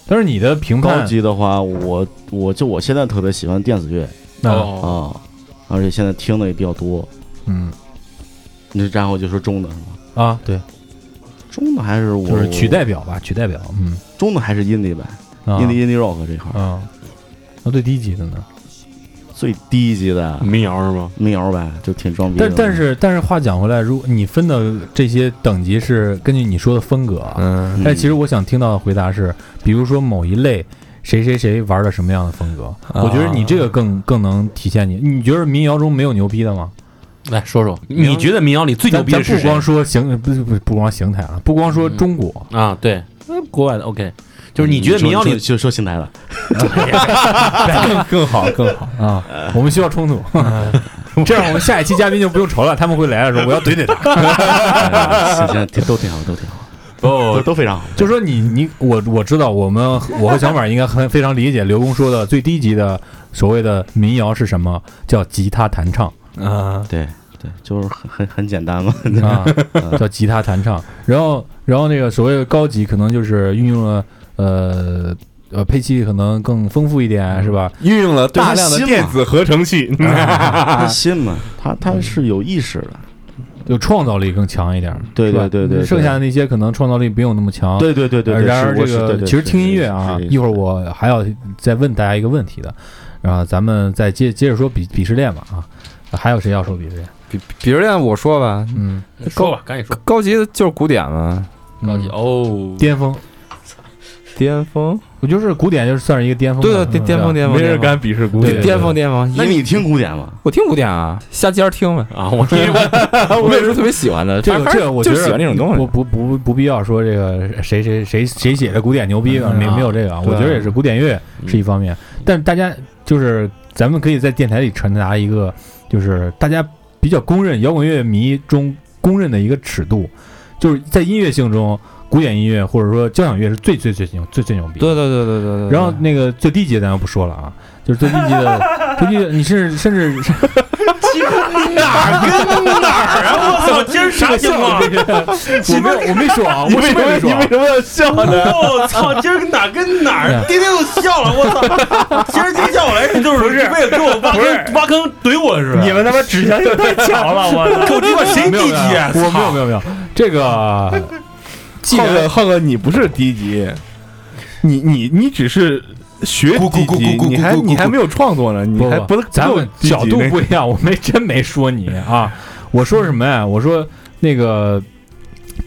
Speaker 6: 但是你的评
Speaker 9: 高
Speaker 6: 判
Speaker 9: 级的话，我我就我现在特别喜欢电子乐
Speaker 6: 啊，
Speaker 8: 哦
Speaker 9: 啊、，而且现在听的也比较多。
Speaker 6: 嗯
Speaker 9: 那然后就说中的是吗？
Speaker 6: 啊，对，
Speaker 9: 中的还是我
Speaker 6: 就是曲代表吧，曲代表，嗯，
Speaker 9: 中的还是 indie 呗、
Speaker 6: 啊
Speaker 9: i n d i e indie rock 这块儿、
Speaker 6: 啊，那最低级的呢？
Speaker 9: 最低级的
Speaker 8: 民谣是吗？
Speaker 9: 民谣呗，就挺装逼的
Speaker 6: 但但是但是话讲回来，如果你分的这些等级是根据你说的风格啊，
Speaker 5: 嗯，
Speaker 6: 但其实我想听到的回答是，比如说某一类谁谁谁玩的什么样的风格，
Speaker 8: 啊
Speaker 6: 我觉得你这个更更能体现你。你觉得民谣中没有牛逼的吗？
Speaker 8: 来说说，你觉得民谣里最牛
Speaker 6: 咱
Speaker 8: 逼的
Speaker 6: 咱
Speaker 8: 是
Speaker 6: 不
Speaker 8: 谁
Speaker 6: 光说邢不不不光邢台啊，不光说中国，
Speaker 8: 啊？对，呃国外的 OK，就是
Speaker 6: 嗯
Speaker 8: 你觉得民谣
Speaker 9: 就
Speaker 8: 里
Speaker 9: 嗯就说邢台的，
Speaker 8: 啊
Speaker 5: 更更好更好，
Speaker 8: *laughs*
Speaker 6: 啊，我们需要冲突。
Speaker 8: 啊
Speaker 6: 这样我们下一期嘉宾就不用愁了，他们会来的时候我要怼怼
Speaker 8: *laughs*
Speaker 6: 他。
Speaker 9: 哎行行，挺都挺好，都挺好，都
Speaker 8: 不
Speaker 9: 都非常好。
Speaker 6: 就说你你我我知道，我们我和小马应该很非常理解刘工说的最低级的所谓的民谣是什么，叫吉他弹唱。
Speaker 5: 啊，
Speaker 9: 对对，就是很很很简单嘛。 *laughs*
Speaker 6: 啊，叫吉他弹唱。然后，然后那个所谓的高级，可能就是运用了呃呃配器可能更丰富一点，
Speaker 9: 嗯
Speaker 6: 是吧？
Speaker 5: 运用了大
Speaker 9: 对
Speaker 5: 量的
Speaker 9: 新嘛
Speaker 5: 电子合成器，
Speaker 9: 他信嘛，他他是有意识的。
Speaker 6: 就创造力更强一点。
Speaker 9: 对
Speaker 6: 是吧
Speaker 9: 对对对对
Speaker 6: 剩下的那些可能创造力没有那么强。
Speaker 9: 对对对对
Speaker 6: 呃
Speaker 9: 对，
Speaker 6: 然
Speaker 9: 是
Speaker 6: 而
Speaker 9: 我
Speaker 6: 这
Speaker 9: 是对
Speaker 6: 个
Speaker 9: 对
Speaker 6: 其实
Speaker 9: 是
Speaker 6: 听音
Speaker 9: 是
Speaker 6: 乐啊
Speaker 9: 是，
Speaker 6: 一会儿我还要再问大家一个问题的，然后咱们再接接着说鄙鄙视链吧啊。还有谁要说鄙视链？
Speaker 7: 鄙鄙视链，我说吧，
Speaker 6: 嗯，
Speaker 8: 说吧，赶紧说。
Speaker 7: 高级的就是古典啊嘛，
Speaker 8: 高级
Speaker 6: 嗯
Speaker 8: 哦，
Speaker 6: 巅峰，
Speaker 7: 巅峰，
Speaker 6: 我就是古典，就是算是一个巅峰吧。
Speaker 7: 对对，巅巅峰
Speaker 6: 嗯
Speaker 7: 巅峰，
Speaker 5: 没人敢鄙视古典
Speaker 6: 对。
Speaker 7: 巅峰巅峰。
Speaker 9: 那
Speaker 7: 因为
Speaker 9: 你听古典吗？
Speaker 7: 我听古典啊，瞎接着听 *laughs* 呗。
Speaker 8: 啊，我听
Speaker 7: 我也不是特别喜欢的，
Speaker 6: 这个
Speaker 7: 反
Speaker 6: 这
Speaker 7: 正
Speaker 6: 个，我觉
Speaker 7: 就
Speaker 6: 得
Speaker 7: 是喜欢这种东
Speaker 6: 不
Speaker 7: 西。
Speaker 6: 不不不必要说这个谁谁谁谁写的古典牛逼啊，
Speaker 5: 嗯
Speaker 6: 没
Speaker 5: 啊
Speaker 6: 没有这个啊，我
Speaker 7: 对啊
Speaker 6: 觉得也是古典乐
Speaker 8: 嗯 *laughs*
Speaker 6: 是一方面，但大家就是咱们可以在电台里传达一个，就是大家比较公认摇滚乐迷中公认的一个尺度，就是在音乐性中，古典音乐或者说交响乐是最最最牛最最牛逼的。
Speaker 7: 对对对对对对。对
Speaker 6: 然后那个最低级咱就不说了啊，就是最低级的，最低级的你甚至甚至
Speaker 8: 鸡哪儿跟哪儿啊？ *laughs* 我操，今儿啥情
Speaker 6: *laughs*
Speaker 8: 况？
Speaker 6: 我没有，我没说啊，我什么也没说啊。
Speaker 9: 么要笑呢？
Speaker 8: 我操，今儿哪儿跟哪儿？
Speaker 6: 嗯
Speaker 8: 天天都笑了，我操！今儿今下午来就是是为了给我挖坑挖坑怼我是吧？
Speaker 1: 你们他妈指向性太强 *laughs* 了，我
Speaker 8: 够
Speaker 5: *laughs*
Speaker 8: 鸡巴谁
Speaker 6: 没有没
Speaker 8: 地
Speaker 6: 有
Speaker 8: 级啊？
Speaker 6: 我没有没有没有，这个既
Speaker 5: 浩
Speaker 6: 然
Speaker 5: 哥，浩哥，你不是低级，你你你只是学
Speaker 8: 咕咕
Speaker 5: 低
Speaker 8: 咕
Speaker 5: 级
Speaker 8: 咕咕，咕
Speaker 5: 你还
Speaker 8: 咕咕咕
Speaker 5: 你还没有创作呢，你
Speaker 6: 不
Speaker 5: 还
Speaker 6: 不
Speaker 5: 不能
Speaker 6: 咱们
Speaker 5: 够低级
Speaker 6: 角度
Speaker 5: 那
Speaker 6: 不一样，我没真没说你啊，我说什么呀？我说那个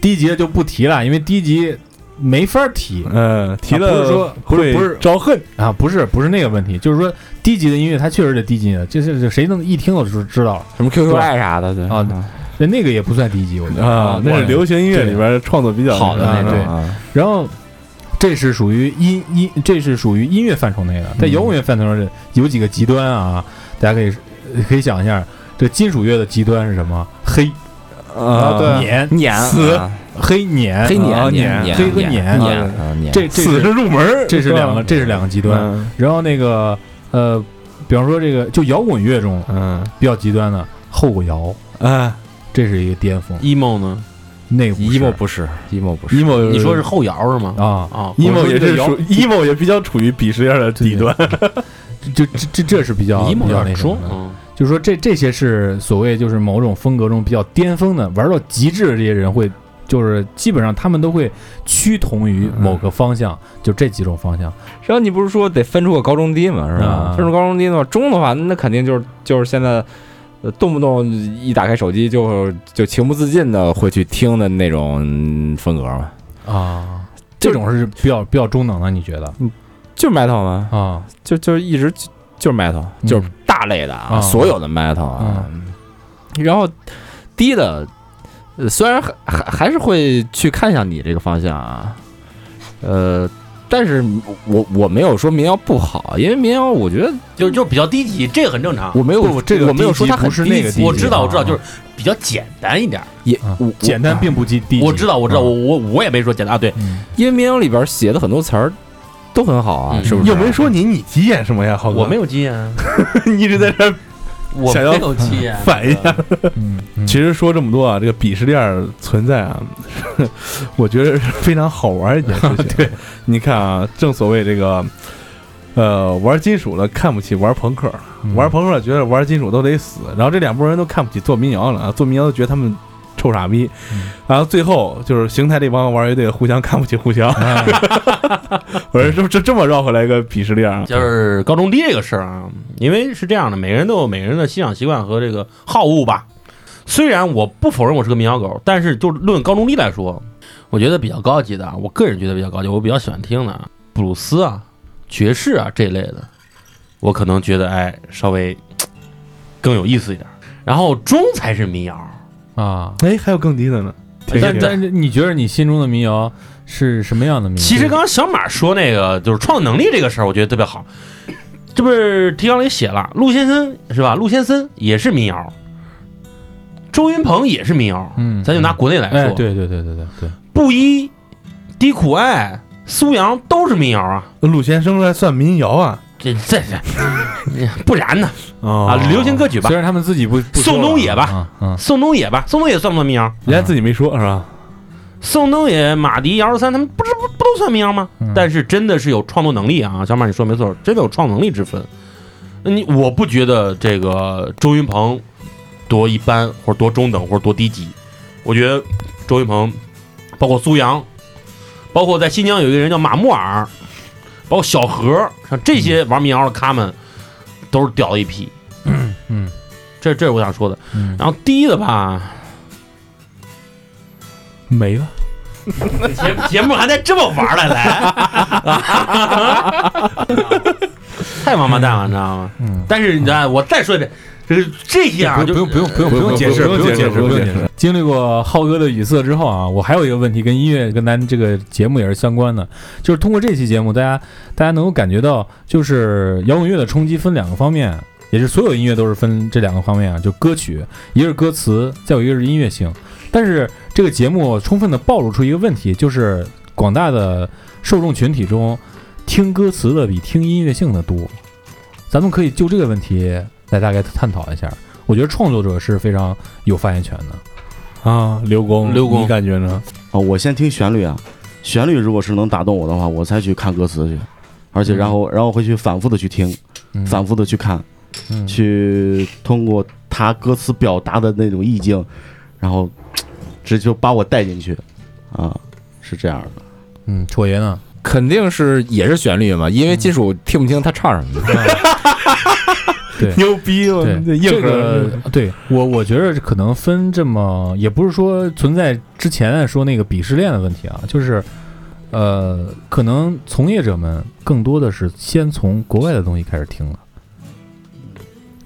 Speaker 6: 低级的就不提了，因为低级没法提
Speaker 5: 嗯，提
Speaker 6: 啊不是
Speaker 5: 了
Speaker 6: 说不是不是
Speaker 5: 会招恨，
Speaker 6: 啊，不是不是那个问题，就是说低级的音乐它确实是低级的，这是这谁能一听我就知道了，
Speaker 7: 什么 QQ 爱啥的，对嗯
Speaker 6: 啊那那个也不算低级，我觉得
Speaker 5: 啊，那是流行音乐里边创作比较
Speaker 7: 好的那种
Speaker 6: 对
Speaker 7: 啊，
Speaker 6: 然后这是属于音音，这是属于音乐范畴内的，
Speaker 5: 嗯
Speaker 6: 在摇滚乐范畴上是有几个极端啊，大家可以可以想一下，这金属乐的极端是什么？黑
Speaker 5: 啊，
Speaker 6: 碾
Speaker 7: 碾
Speaker 5: 死
Speaker 7: 啊
Speaker 6: 黑碾
Speaker 7: 哦黑
Speaker 5: 啊
Speaker 7: 碾
Speaker 5: 碾
Speaker 7: 碾
Speaker 6: 黑和碾
Speaker 7: 碾
Speaker 5: 啊
Speaker 7: 啊碾，
Speaker 6: 这这
Speaker 5: 死是
Speaker 6: 是
Speaker 5: 入门儿，
Speaker 6: 这是
Speaker 5: 吧
Speaker 6: 两个这是两个极端。
Speaker 5: 嗯
Speaker 6: 然后那个呃，比方说这个就摇滚乐中
Speaker 5: 嗯
Speaker 6: 比较极端的后摇，
Speaker 5: 啊
Speaker 6: 这是一个巅峰，
Speaker 8: emo 呢
Speaker 6: 那个不是 E
Speaker 7: emo 不是 emo 不是，
Speaker 5: ，emo
Speaker 8: 你说是后摇是吗？
Speaker 6: 啊，
Speaker 8: 啊，
Speaker 5: emo
Speaker 6: 我说
Speaker 5: 也
Speaker 6: 这
Speaker 5: 是
Speaker 6: 摇
Speaker 5: 属 emo 也比较处于鄙视链的底端， *laughs*
Speaker 6: 这这这这是比较
Speaker 8: 你 emo
Speaker 6: 比较那
Speaker 8: 点
Speaker 6: 什么
Speaker 8: 说
Speaker 6: 的，
Speaker 8: 嗯
Speaker 6: 就是说这这些是所谓就是某种风格中比较巅峰的，玩到极致的这些人会，就是基本上他们都会趋同
Speaker 8: 嗯
Speaker 6: 于某个方向，就这几种方向。
Speaker 7: 然后你不是说得分出个高中低嘛，是吧
Speaker 6: 啊？
Speaker 7: 分出高中低的话，中的话，那肯定就是就是现在，呃动不动一打开手机就就情不自禁的会去听的那种嗯风格嘛，
Speaker 6: 啊，
Speaker 7: 就
Speaker 6: 这种是比较比较中等的，你觉得
Speaker 7: 就是 metal 嘛，
Speaker 6: 啊？
Speaker 7: 就就一直就就是 metal，
Speaker 6: 嗯
Speaker 7: 就是大类的啊，
Speaker 6: 啊
Speaker 7: 所有的 metal 啊，然后低的，呃虽然还还还是会去看向你这个方向啊，呃。但是我我没有说民谣不好，因为民谣我觉得
Speaker 8: 就就比较低级，这个很正常。
Speaker 7: 我没有
Speaker 6: 不这个
Speaker 7: 我没有说它
Speaker 6: 低级
Speaker 7: 很
Speaker 6: 不是那个
Speaker 7: 低级
Speaker 6: 低级
Speaker 8: 我知道，我知道，
Speaker 6: 啊
Speaker 8: 就是比较简单一点。
Speaker 7: 也
Speaker 6: 啊
Speaker 7: 我
Speaker 6: 简单并不低低级。
Speaker 8: 我知道，我知道，我我我也没说简单啊。对，
Speaker 6: *laughs* 嗯
Speaker 7: 因为民谣里边写的很多词儿都很好啊，
Speaker 8: 嗯
Speaker 7: 是不是？
Speaker 5: 又没说你你急眼什么呀，浩哥，
Speaker 8: 我没有啊经验，
Speaker 5: *laughs* 你一直在这儿
Speaker 8: 我
Speaker 5: 想要
Speaker 8: 没有啊经 *laughs* 验。
Speaker 5: 反一下。
Speaker 6: 嗯，嗯
Speaker 5: 其实说这么多啊，这个鄙视链儿存在啊， *laughs* 我觉得是非常好玩儿一件事情。 *laughs* 对，你看啊，正所谓这个，呃，玩金属了看不起玩朋克，玩朋克觉得玩金属都得死，然后这两拨人都看不起做民谣了，啊，做民谣都觉得他们臭傻逼，
Speaker 6: 嗯
Speaker 5: 然后最后就是邢台这帮玩乐队互相看不起互相， *laughs* 我说这这这么绕回来一个鄙视链啊，
Speaker 8: 就是高中低这个事儿啊，因为是这样的，每个人都有每个人的欣赏习惯和这个好恶吧。虽然我不否认我是个民谣狗，但是就论高中低来说，我觉得比较高级的啊，我个人觉得比较高级，我比较喜欢听的啊布鲁斯啊、爵士啊这类的，我可能觉得哎稍微嘖更有意思一点。然后中才是民谣，
Speaker 6: 啊，
Speaker 5: 哎，还有更低的呢，哎挺
Speaker 6: 但
Speaker 5: 挺
Speaker 6: 但是你觉得你心中的民谣是什么样的民谣？
Speaker 8: 其实刚刚小马说那个就是创作能力这个事儿，我觉得特别好。这不是提纲里写了，陆先生是吧？陆先生也是民谣，周云鹏也是民谣。
Speaker 6: 嗯，
Speaker 8: 咱就拿国内来
Speaker 6: 哎，
Speaker 8: 说，
Speaker 6: 对对对对对对，
Speaker 8: 布衣、低苦爱、苏阳都是民谣啊。
Speaker 5: 陆先生来算民谣啊
Speaker 8: 这这这， *laughs* 不然呢？啊，
Speaker 5: 啊
Speaker 8: 流行歌曲吧
Speaker 6: 虽，然他们自己不哦不说
Speaker 8: 宋冬野
Speaker 6: 了
Speaker 8: 吧，
Speaker 6: 啊嗯
Speaker 8: 宋冬野吧，宋冬野算不算民谣？
Speaker 5: 人家自己没说是吧？
Speaker 8: 宋冬野、马迪、姚十三，他们不是不不都算民谣吗？
Speaker 6: 嗯
Speaker 8: 但是真的是有创作能力啊，小马你说没错，真的有创作能力之分。嗯你我不觉得这个周云鹏多一般，或者多中等，或者多低级。我觉得周云鹏，包括苏阳，包括在新疆有一个人叫马木尔，包括小何，像这些玩民谣的咖们，都是屌的一批。
Speaker 6: 嗯
Speaker 8: 这这是我想说的。
Speaker 6: 嗯，
Speaker 8: 然后低的吧，
Speaker 5: 没了。
Speaker 8: 节节目还带这么玩儿的来， *laughs* 太王八蛋了，你知道吗？
Speaker 6: 嗯
Speaker 8: *laughs* 但是你知道，我再说一遍，这这些啊，
Speaker 6: 不
Speaker 8: 就
Speaker 6: 用不用不用不用不用解释，
Speaker 5: 不用
Speaker 6: 解
Speaker 5: 解释
Speaker 6: 不
Speaker 5: 不用解
Speaker 6: 解
Speaker 5: 释。
Speaker 6: 经历过浩哥的语塞之后啊，我还有一个问题跟音乐跟咱这个节目也是相关的，就是通过这期节目，大家大家能够感觉到，就是摇滚乐的冲击分两个方面，也是所有音乐都是分这两个方面啊，就歌曲，一个是歌词，再有一个是音乐性。但是这个节目充分的暴露出一个问题，就是广大的受众群体中，听歌词的比听音乐性的多。咱们可以就这个问题来大概探讨一下。我觉得创作者是非常有发言权的。
Speaker 5: 啊，刘工，
Speaker 8: 刘工
Speaker 5: 你感觉呢？
Speaker 9: 啊，我先听旋律啊，旋律如果是能打动我的话，我再去看歌词去，而且然后然后会去反复的去听，
Speaker 6: 嗯
Speaker 9: 反复的去看，
Speaker 6: 嗯
Speaker 9: 去通过他歌词表达的那种意境，然后直接就把我带进去，啊，是这样的。
Speaker 6: 嗯，戳爷
Speaker 5: *laughs*
Speaker 6: 呢？
Speaker 7: 肯定是也是旋律嘛，因为金属听不清他唱什么。
Speaker 8: 嗯
Speaker 6: 对，
Speaker 5: 牛逼了
Speaker 6: 啊
Speaker 5: *laughs*
Speaker 6: 对，这个对我，我觉得可能分这么，也不是说存在之前说那个鄙视链的问题啊，就是呃，可能从业者们更多的是先从国外的东西开始听了，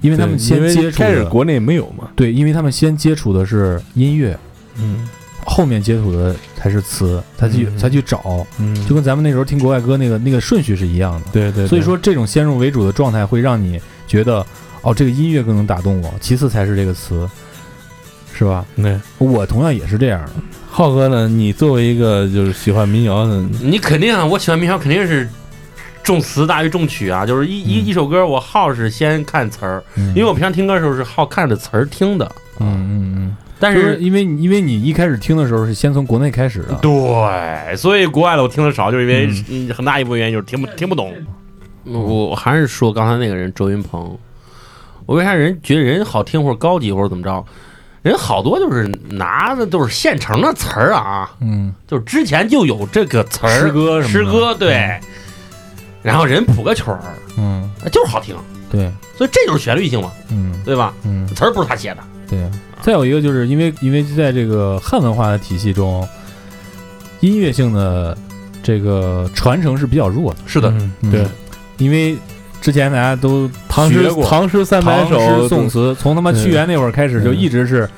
Speaker 6: 因为他们先接触
Speaker 5: 开始
Speaker 6: 的
Speaker 5: 国内没有嘛，
Speaker 6: 对，因为他们先接触的是音乐，
Speaker 5: 嗯
Speaker 6: 后面接触的才是词，才去、
Speaker 5: 嗯
Speaker 6: 才去找，
Speaker 5: 嗯
Speaker 6: 就跟咱们那时候听国外歌那个那个顺序是一样的。
Speaker 5: 对对，
Speaker 6: 所以说，这种先入为主的状态会让你觉得，哦，这个音乐更能打动我，其次才是这个词，是吧？
Speaker 5: 对
Speaker 6: 我同样也是这样的，
Speaker 5: 浩哥呢，你作为一个就是喜欢民谣的，
Speaker 8: 你肯定啊，我喜欢民谣肯定是重词大于重曲啊，就是一一、一首歌我好是先看词儿，
Speaker 6: 嗯、
Speaker 8: 因为我平常听歌的时候是好看着词儿听的，
Speaker 6: 嗯嗯嗯，但
Speaker 8: 但
Speaker 6: 是
Speaker 8: 是。
Speaker 6: 因为你因为你一开始听的时候是先从国内开始的，
Speaker 8: 对，所以国外的我听的少，就是因为嗯很大一部分原因就是听不听不懂。我我还是说刚才那个人周云鹏，我为啥人觉得人好听或者高级或者怎么着？人好多就是拿的都是现成的词儿啊，
Speaker 6: 嗯，
Speaker 8: 就是之前就有这个词儿，
Speaker 6: 诗歌什么的
Speaker 8: 诗歌对，然后人谱个曲儿，
Speaker 6: 嗯，
Speaker 8: 就是好听，
Speaker 6: 对，
Speaker 8: 所以这就是旋律性嘛，
Speaker 6: 嗯
Speaker 8: 对吧？
Speaker 6: 嗯，
Speaker 8: 词儿不是他写的，
Speaker 6: 对。再有一个就是因为因为在这个汉文化的体系中，音乐性的这个传承是比较弱的，
Speaker 8: 是
Speaker 5: 的，嗯对，
Speaker 6: 嗯因为之前大家都
Speaker 5: 唐
Speaker 6: 学
Speaker 5: 诗
Speaker 6: 过
Speaker 5: 唐诗三百
Speaker 6: 唐
Speaker 5: 首
Speaker 6: 诗宋词，从他妈屈原那会儿开始
Speaker 5: 嗯
Speaker 6: 就一直是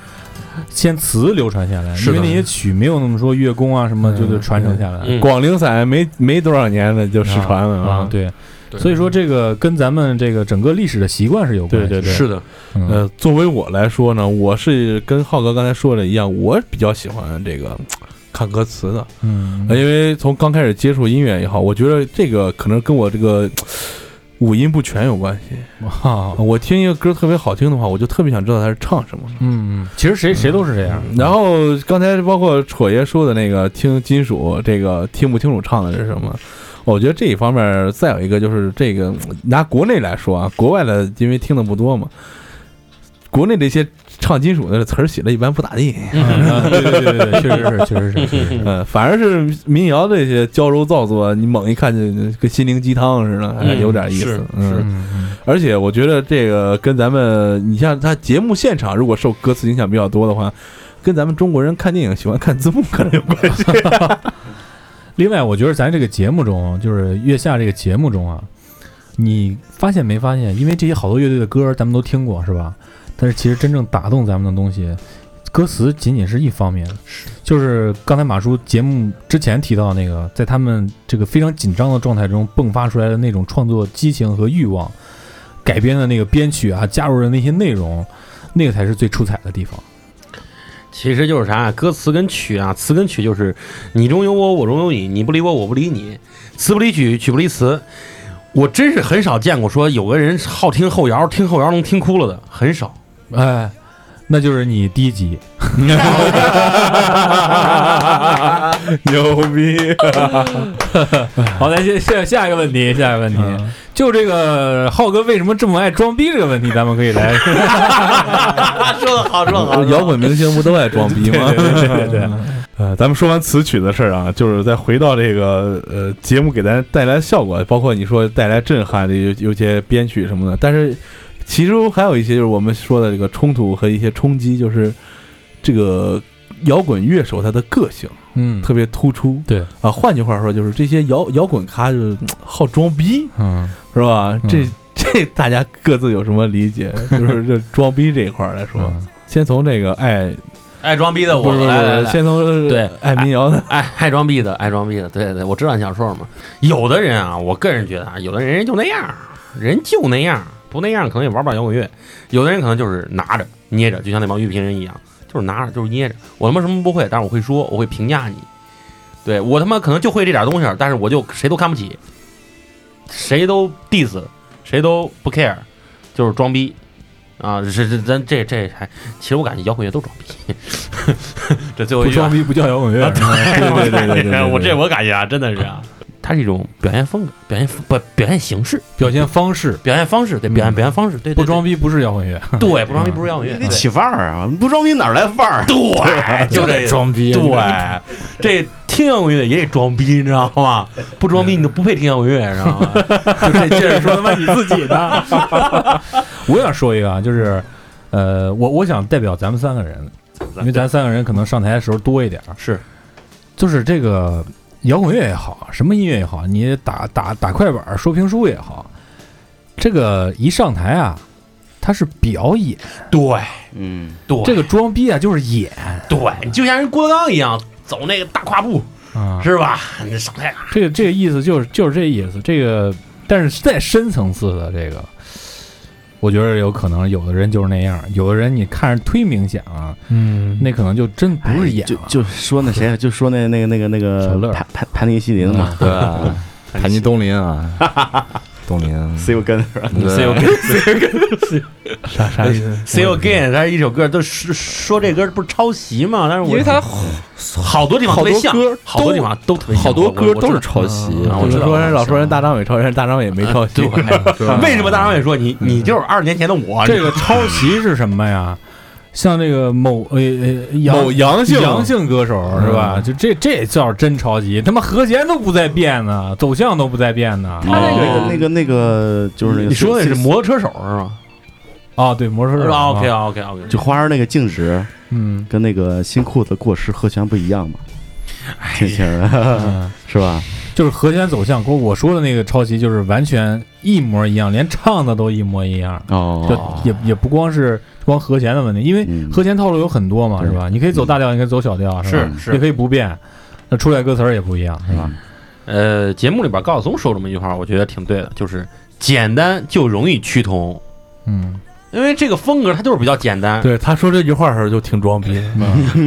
Speaker 6: 先词流传下来，
Speaker 8: 是
Speaker 6: 因
Speaker 8: 的
Speaker 6: 为那些曲没有那么说乐工啊什么
Speaker 5: 嗯
Speaker 6: 就就传承下来
Speaker 8: 嗯
Speaker 5: 广陵散没没多少年的就失传了
Speaker 6: 啊，。对，
Speaker 8: 对
Speaker 6: 所以说这个跟咱们这个整个历史的习惯是有
Speaker 5: 对
Speaker 6: 关系的，
Speaker 5: 对对，
Speaker 8: 是的，
Speaker 6: 嗯
Speaker 5: 呃，作为我来说呢，我是跟浩哥刚才说的一样，我比较喜欢这个看歌词的，
Speaker 6: 嗯
Speaker 5: 呃因为从刚开始接触音乐也好，我觉得这个可能跟我这个五音不全有关系。
Speaker 6: 哈
Speaker 5: 我听一个歌特别好听的话，我就特别想知道他是唱什么。
Speaker 6: 嗯，其实谁谁都是这样，
Speaker 5: 然后刚才包括楚爷说的那个听金属，这个听不清楚唱的是什么？我觉得这一方面，再有一个就是这个嗯拿国内来说啊，国外的因为听的不多嘛，国内这些唱金属的词儿写的一般不咋地，
Speaker 6: 嗯 *laughs* 对对对对，确实是确实是确实
Speaker 5: *laughs*
Speaker 6: 是，
Speaker 5: 嗯，反而是民谣这些矫揉造作，你猛一看就跟心灵鸡汤似的，还
Speaker 8: 嗯
Speaker 5: 有点意
Speaker 8: 是
Speaker 5: 思。嗯，
Speaker 6: 嗯嗯
Speaker 5: 而且我觉得这个跟咱们，你像他节目现场如果受歌词影响比较多的话，跟咱们中国人看电影喜欢看字幕可能有关系。
Speaker 6: 另外，我觉得咱这个节目中，就是月下这个节目中啊，你发现没发现？因为这些好多乐队的歌咱们都听过，是吧？但是其实真正打动咱们的东西，歌词仅仅是一方面。就是刚才马叔节目之前提到那个，在他们这个非常紧张的状态中迸发出来的那种创作激情和欲望，改编的那个编曲啊，加入的那些内容，那个才是最出彩的地方。
Speaker 8: 其实就是啥啊，歌词跟曲啊，词跟曲就是你中有我，我中有你，你不理我，我不理你，词不离曲，曲不离词。我真是很少见过说有个人好听后摇，听后摇能听哭了的，很少。
Speaker 6: 哎，那就是你第一集。
Speaker 5: 牛逼！
Speaker 6: 好，咱下下下一个问题，下一个问题，就这个浩哥为什么这么爱装逼这个问题，咱们可以来。
Speaker 8: 说的好，说的好。
Speaker 5: *laughs* 摇滚明星不都爱装逼吗？
Speaker 6: 对对对，
Speaker 5: *laughs* 呃，咱们说完词曲的事儿啊，就是再回到这个呃节目给咱带来的效果，包括你说带来震撼的有有些编曲什么的，但是其中还有一些就是我们说的这个冲突和一些冲击，就是这个摇滚乐手他的个性
Speaker 6: 嗯，
Speaker 5: 特别突出。
Speaker 6: 对
Speaker 5: 啊，换句话说就是这些摇摇滚咖就是好装逼，
Speaker 6: 嗯，
Speaker 5: 是吧？这、
Speaker 6: 嗯
Speaker 5: *laughs* 这大家各自有什么理解？就是这装逼这一块儿来说，
Speaker 6: 嗯
Speaker 5: 先从这个爱
Speaker 8: 爱装逼的
Speaker 5: 不
Speaker 8: *laughs* 我
Speaker 5: 是不是不
Speaker 8: 来来
Speaker 5: 是，
Speaker 8: 来，
Speaker 5: 先从
Speaker 8: 对
Speaker 5: 爱民谣的，
Speaker 8: *laughs* 爱爱装逼的，爱装逼的，对对，我知道你想说什么。有的人啊，我个人觉得啊，有的人就那样，人就那样，不那样可能也玩不了摇滚乐。有的人可能就是拿着捏着，就像那帮乐评人一样，就是拿着就是捏着。我他妈什么不会，但是我会说，我会评价你。对我他妈可能就会这点东西，但是我就谁都看不起，谁都 diss，谁都不 care，就是装逼。啊、啊，这这咱这这还，其实我感觉摇滚乐都装逼， *laughs* 这最后
Speaker 6: 不
Speaker 8: 一句啊
Speaker 6: 装逼不叫摇滚乐，是吧
Speaker 5: 对
Speaker 8: 对
Speaker 5: 对对 *laughs* 对
Speaker 8: 我这我感觉啊，真的是啊，它是一种表现风格、表现不表现形式、
Speaker 6: 表现方式。
Speaker 8: 表现方式，对表现表现方式，对
Speaker 6: 不装，逼不是摇滚乐，
Speaker 8: 对对对，不装逼不是摇滚乐，
Speaker 9: 你
Speaker 8: 对
Speaker 9: 起范儿啊！不装逼哪儿来范儿？啊
Speaker 8: 对，嗯就这
Speaker 6: 装逼
Speaker 8: 对，这听摇滚乐也得装逼，你知道吗？不装逼你就不配听摇滚乐，你知 *laughs* 道吗？就这这是说他妈你自己的，
Speaker 6: 我想说一个啊，就是，呃，我我想代表咱们三个人，因为咱三个人可能上台的时候多一点儿，
Speaker 8: 是
Speaker 6: 就是这个摇滚乐也好，什么音乐也好，你打打打快板儿、说评书也好，这个一上台啊，它是表演，
Speaker 8: 对
Speaker 9: 嗯，
Speaker 8: *laughs* 对，
Speaker 6: 这个装逼啊就是演
Speaker 8: 对，就像人郭德纲一样走那个大跨步，
Speaker 6: 啊，
Speaker 8: 是吧？你上台啊，
Speaker 6: 这个这个意思就是就是这意思，这个但是再深层次的这个。我觉得有可能，有的人就是那样，有的人你看着忒明显了、
Speaker 5: 嗯，
Speaker 6: 那可能哎就真不是演
Speaker 9: 哎就
Speaker 6: 了。
Speaker 9: 就说那谁，就说那那个那个那
Speaker 6: 小乐
Speaker 9: 个
Speaker 6: 儿
Speaker 9: 盘盘盘尼西林嘛，
Speaker 7: 对
Speaker 8: *laughs*
Speaker 7: 啊，盘尼东林啊，东林
Speaker 9: ，C 啊有根是吧？
Speaker 7: 对
Speaker 5: 啥啥意思？
Speaker 8: See You Again，它是一首歌，都是说这歌不是抄袭嘛？但是我
Speaker 7: 因为它
Speaker 8: 好多地方特
Speaker 7: 好
Speaker 8: 别
Speaker 7: 多
Speaker 8: 像，
Speaker 7: 歌
Speaker 8: 好多
Speaker 7: 都
Speaker 8: 地方都特别像，
Speaker 7: 好多歌都是
Speaker 8: 抄。
Speaker 7: 抄袭，
Speaker 8: 啊
Speaker 7: 嗯我
Speaker 5: 我
Speaker 7: 知
Speaker 5: 就
Speaker 7: 道
Speaker 5: 说人老说人大张伟抄袭，人大张伟没抄袭，
Speaker 8: 对，
Speaker 5: 嗯
Speaker 8: 为什么大张伟说你你就是二十年前的我？
Speaker 6: 这个抄袭是什么呀？像这个某呃呃阳
Speaker 5: 某阳性
Speaker 6: 阳性歌手是吧？就这这叫真抄袭，他妈和弦都不再变呢，走向都不再变呢。
Speaker 9: 他那个那个那个就是那个，
Speaker 8: 你说的是摩托车手是吗
Speaker 6: 哦，对，摩托车手啊
Speaker 8: ？OK OK OK，
Speaker 9: 就花儿那个净值
Speaker 6: 嗯
Speaker 9: 跟那个新裤子过时和弦不一样嘛，这些人
Speaker 6: 嗯，
Speaker 9: *laughs* 是吧？
Speaker 6: 就是和弦走向，跟我说的那个抄袭就是完全一模一样，连唱的都一模一样。就
Speaker 9: 哦，
Speaker 6: 也也不光是光和弦的问题，因为
Speaker 9: 嗯
Speaker 6: 和弦套路有很多嘛，
Speaker 9: 对
Speaker 6: 是吧？你可以走大调，你可以走小调，是吧？
Speaker 9: 是
Speaker 8: 是
Speaker 6: 也可以不变，那出来歌词儿也不一样，是吧？
Speaker 8: 呃，节目里边高晓松说这么一句话，我觉得挺对的，就是简单就容易趋同，
Speaker 6: 嗯，
Speaker 8: 因为这个风格它就是比较简单。
Speaker 5: 对，他说这句话的时候就挺装逼，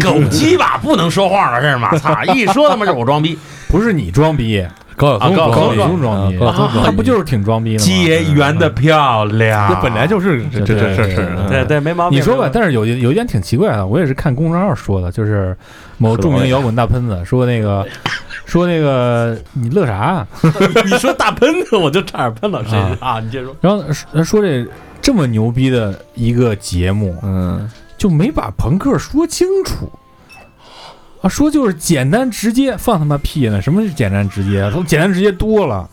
Speaker 8: 狗鸡巴不能说话了，这是吗？操，一说他妈就是我装逼。
Speaker 6: 不是你装逼，
Speaker 5: 高晓松
Speaker 8: 啊高
Speaker 5: 装
Speaker 8: 晓
Speaker 5: 逼，
Speaker 8: 松
Speaker 6: 松装逼，
Speaker 5: 高晓松
Speaker 6: 他不就是挺装逼的吗？
Speaker 8: 结缘的漂亮，
Speaker 5: 那本来就是这这这这
Speaker 6: 对
Speaker 5: 事
Speaker 8: 对对没毛病。
Speaker 6: 你说
Speaker 8: 没
Speaker 6: 吧
Speaker 8: 毛，病
Speaker 6: 但是有一有一点挺奇怪的，我也是看公众号说的，就是某著名摇滚大喷子说那
Speaker 8: *laughs*
Speaker 6: 个说那个你乐啥？啊
Speaker 8: 你说大喷子，我就差点喷了。谁啊？你接着说。
Speaker 6: 然后说说这这么牛逼的一个节目，
Speaker 5: 嗯，
Speaker 6: 就没把朋克说清楚。啊，说就是简单直接，放他妈屁呢！什么是简单直接啊？他们简单直接多了，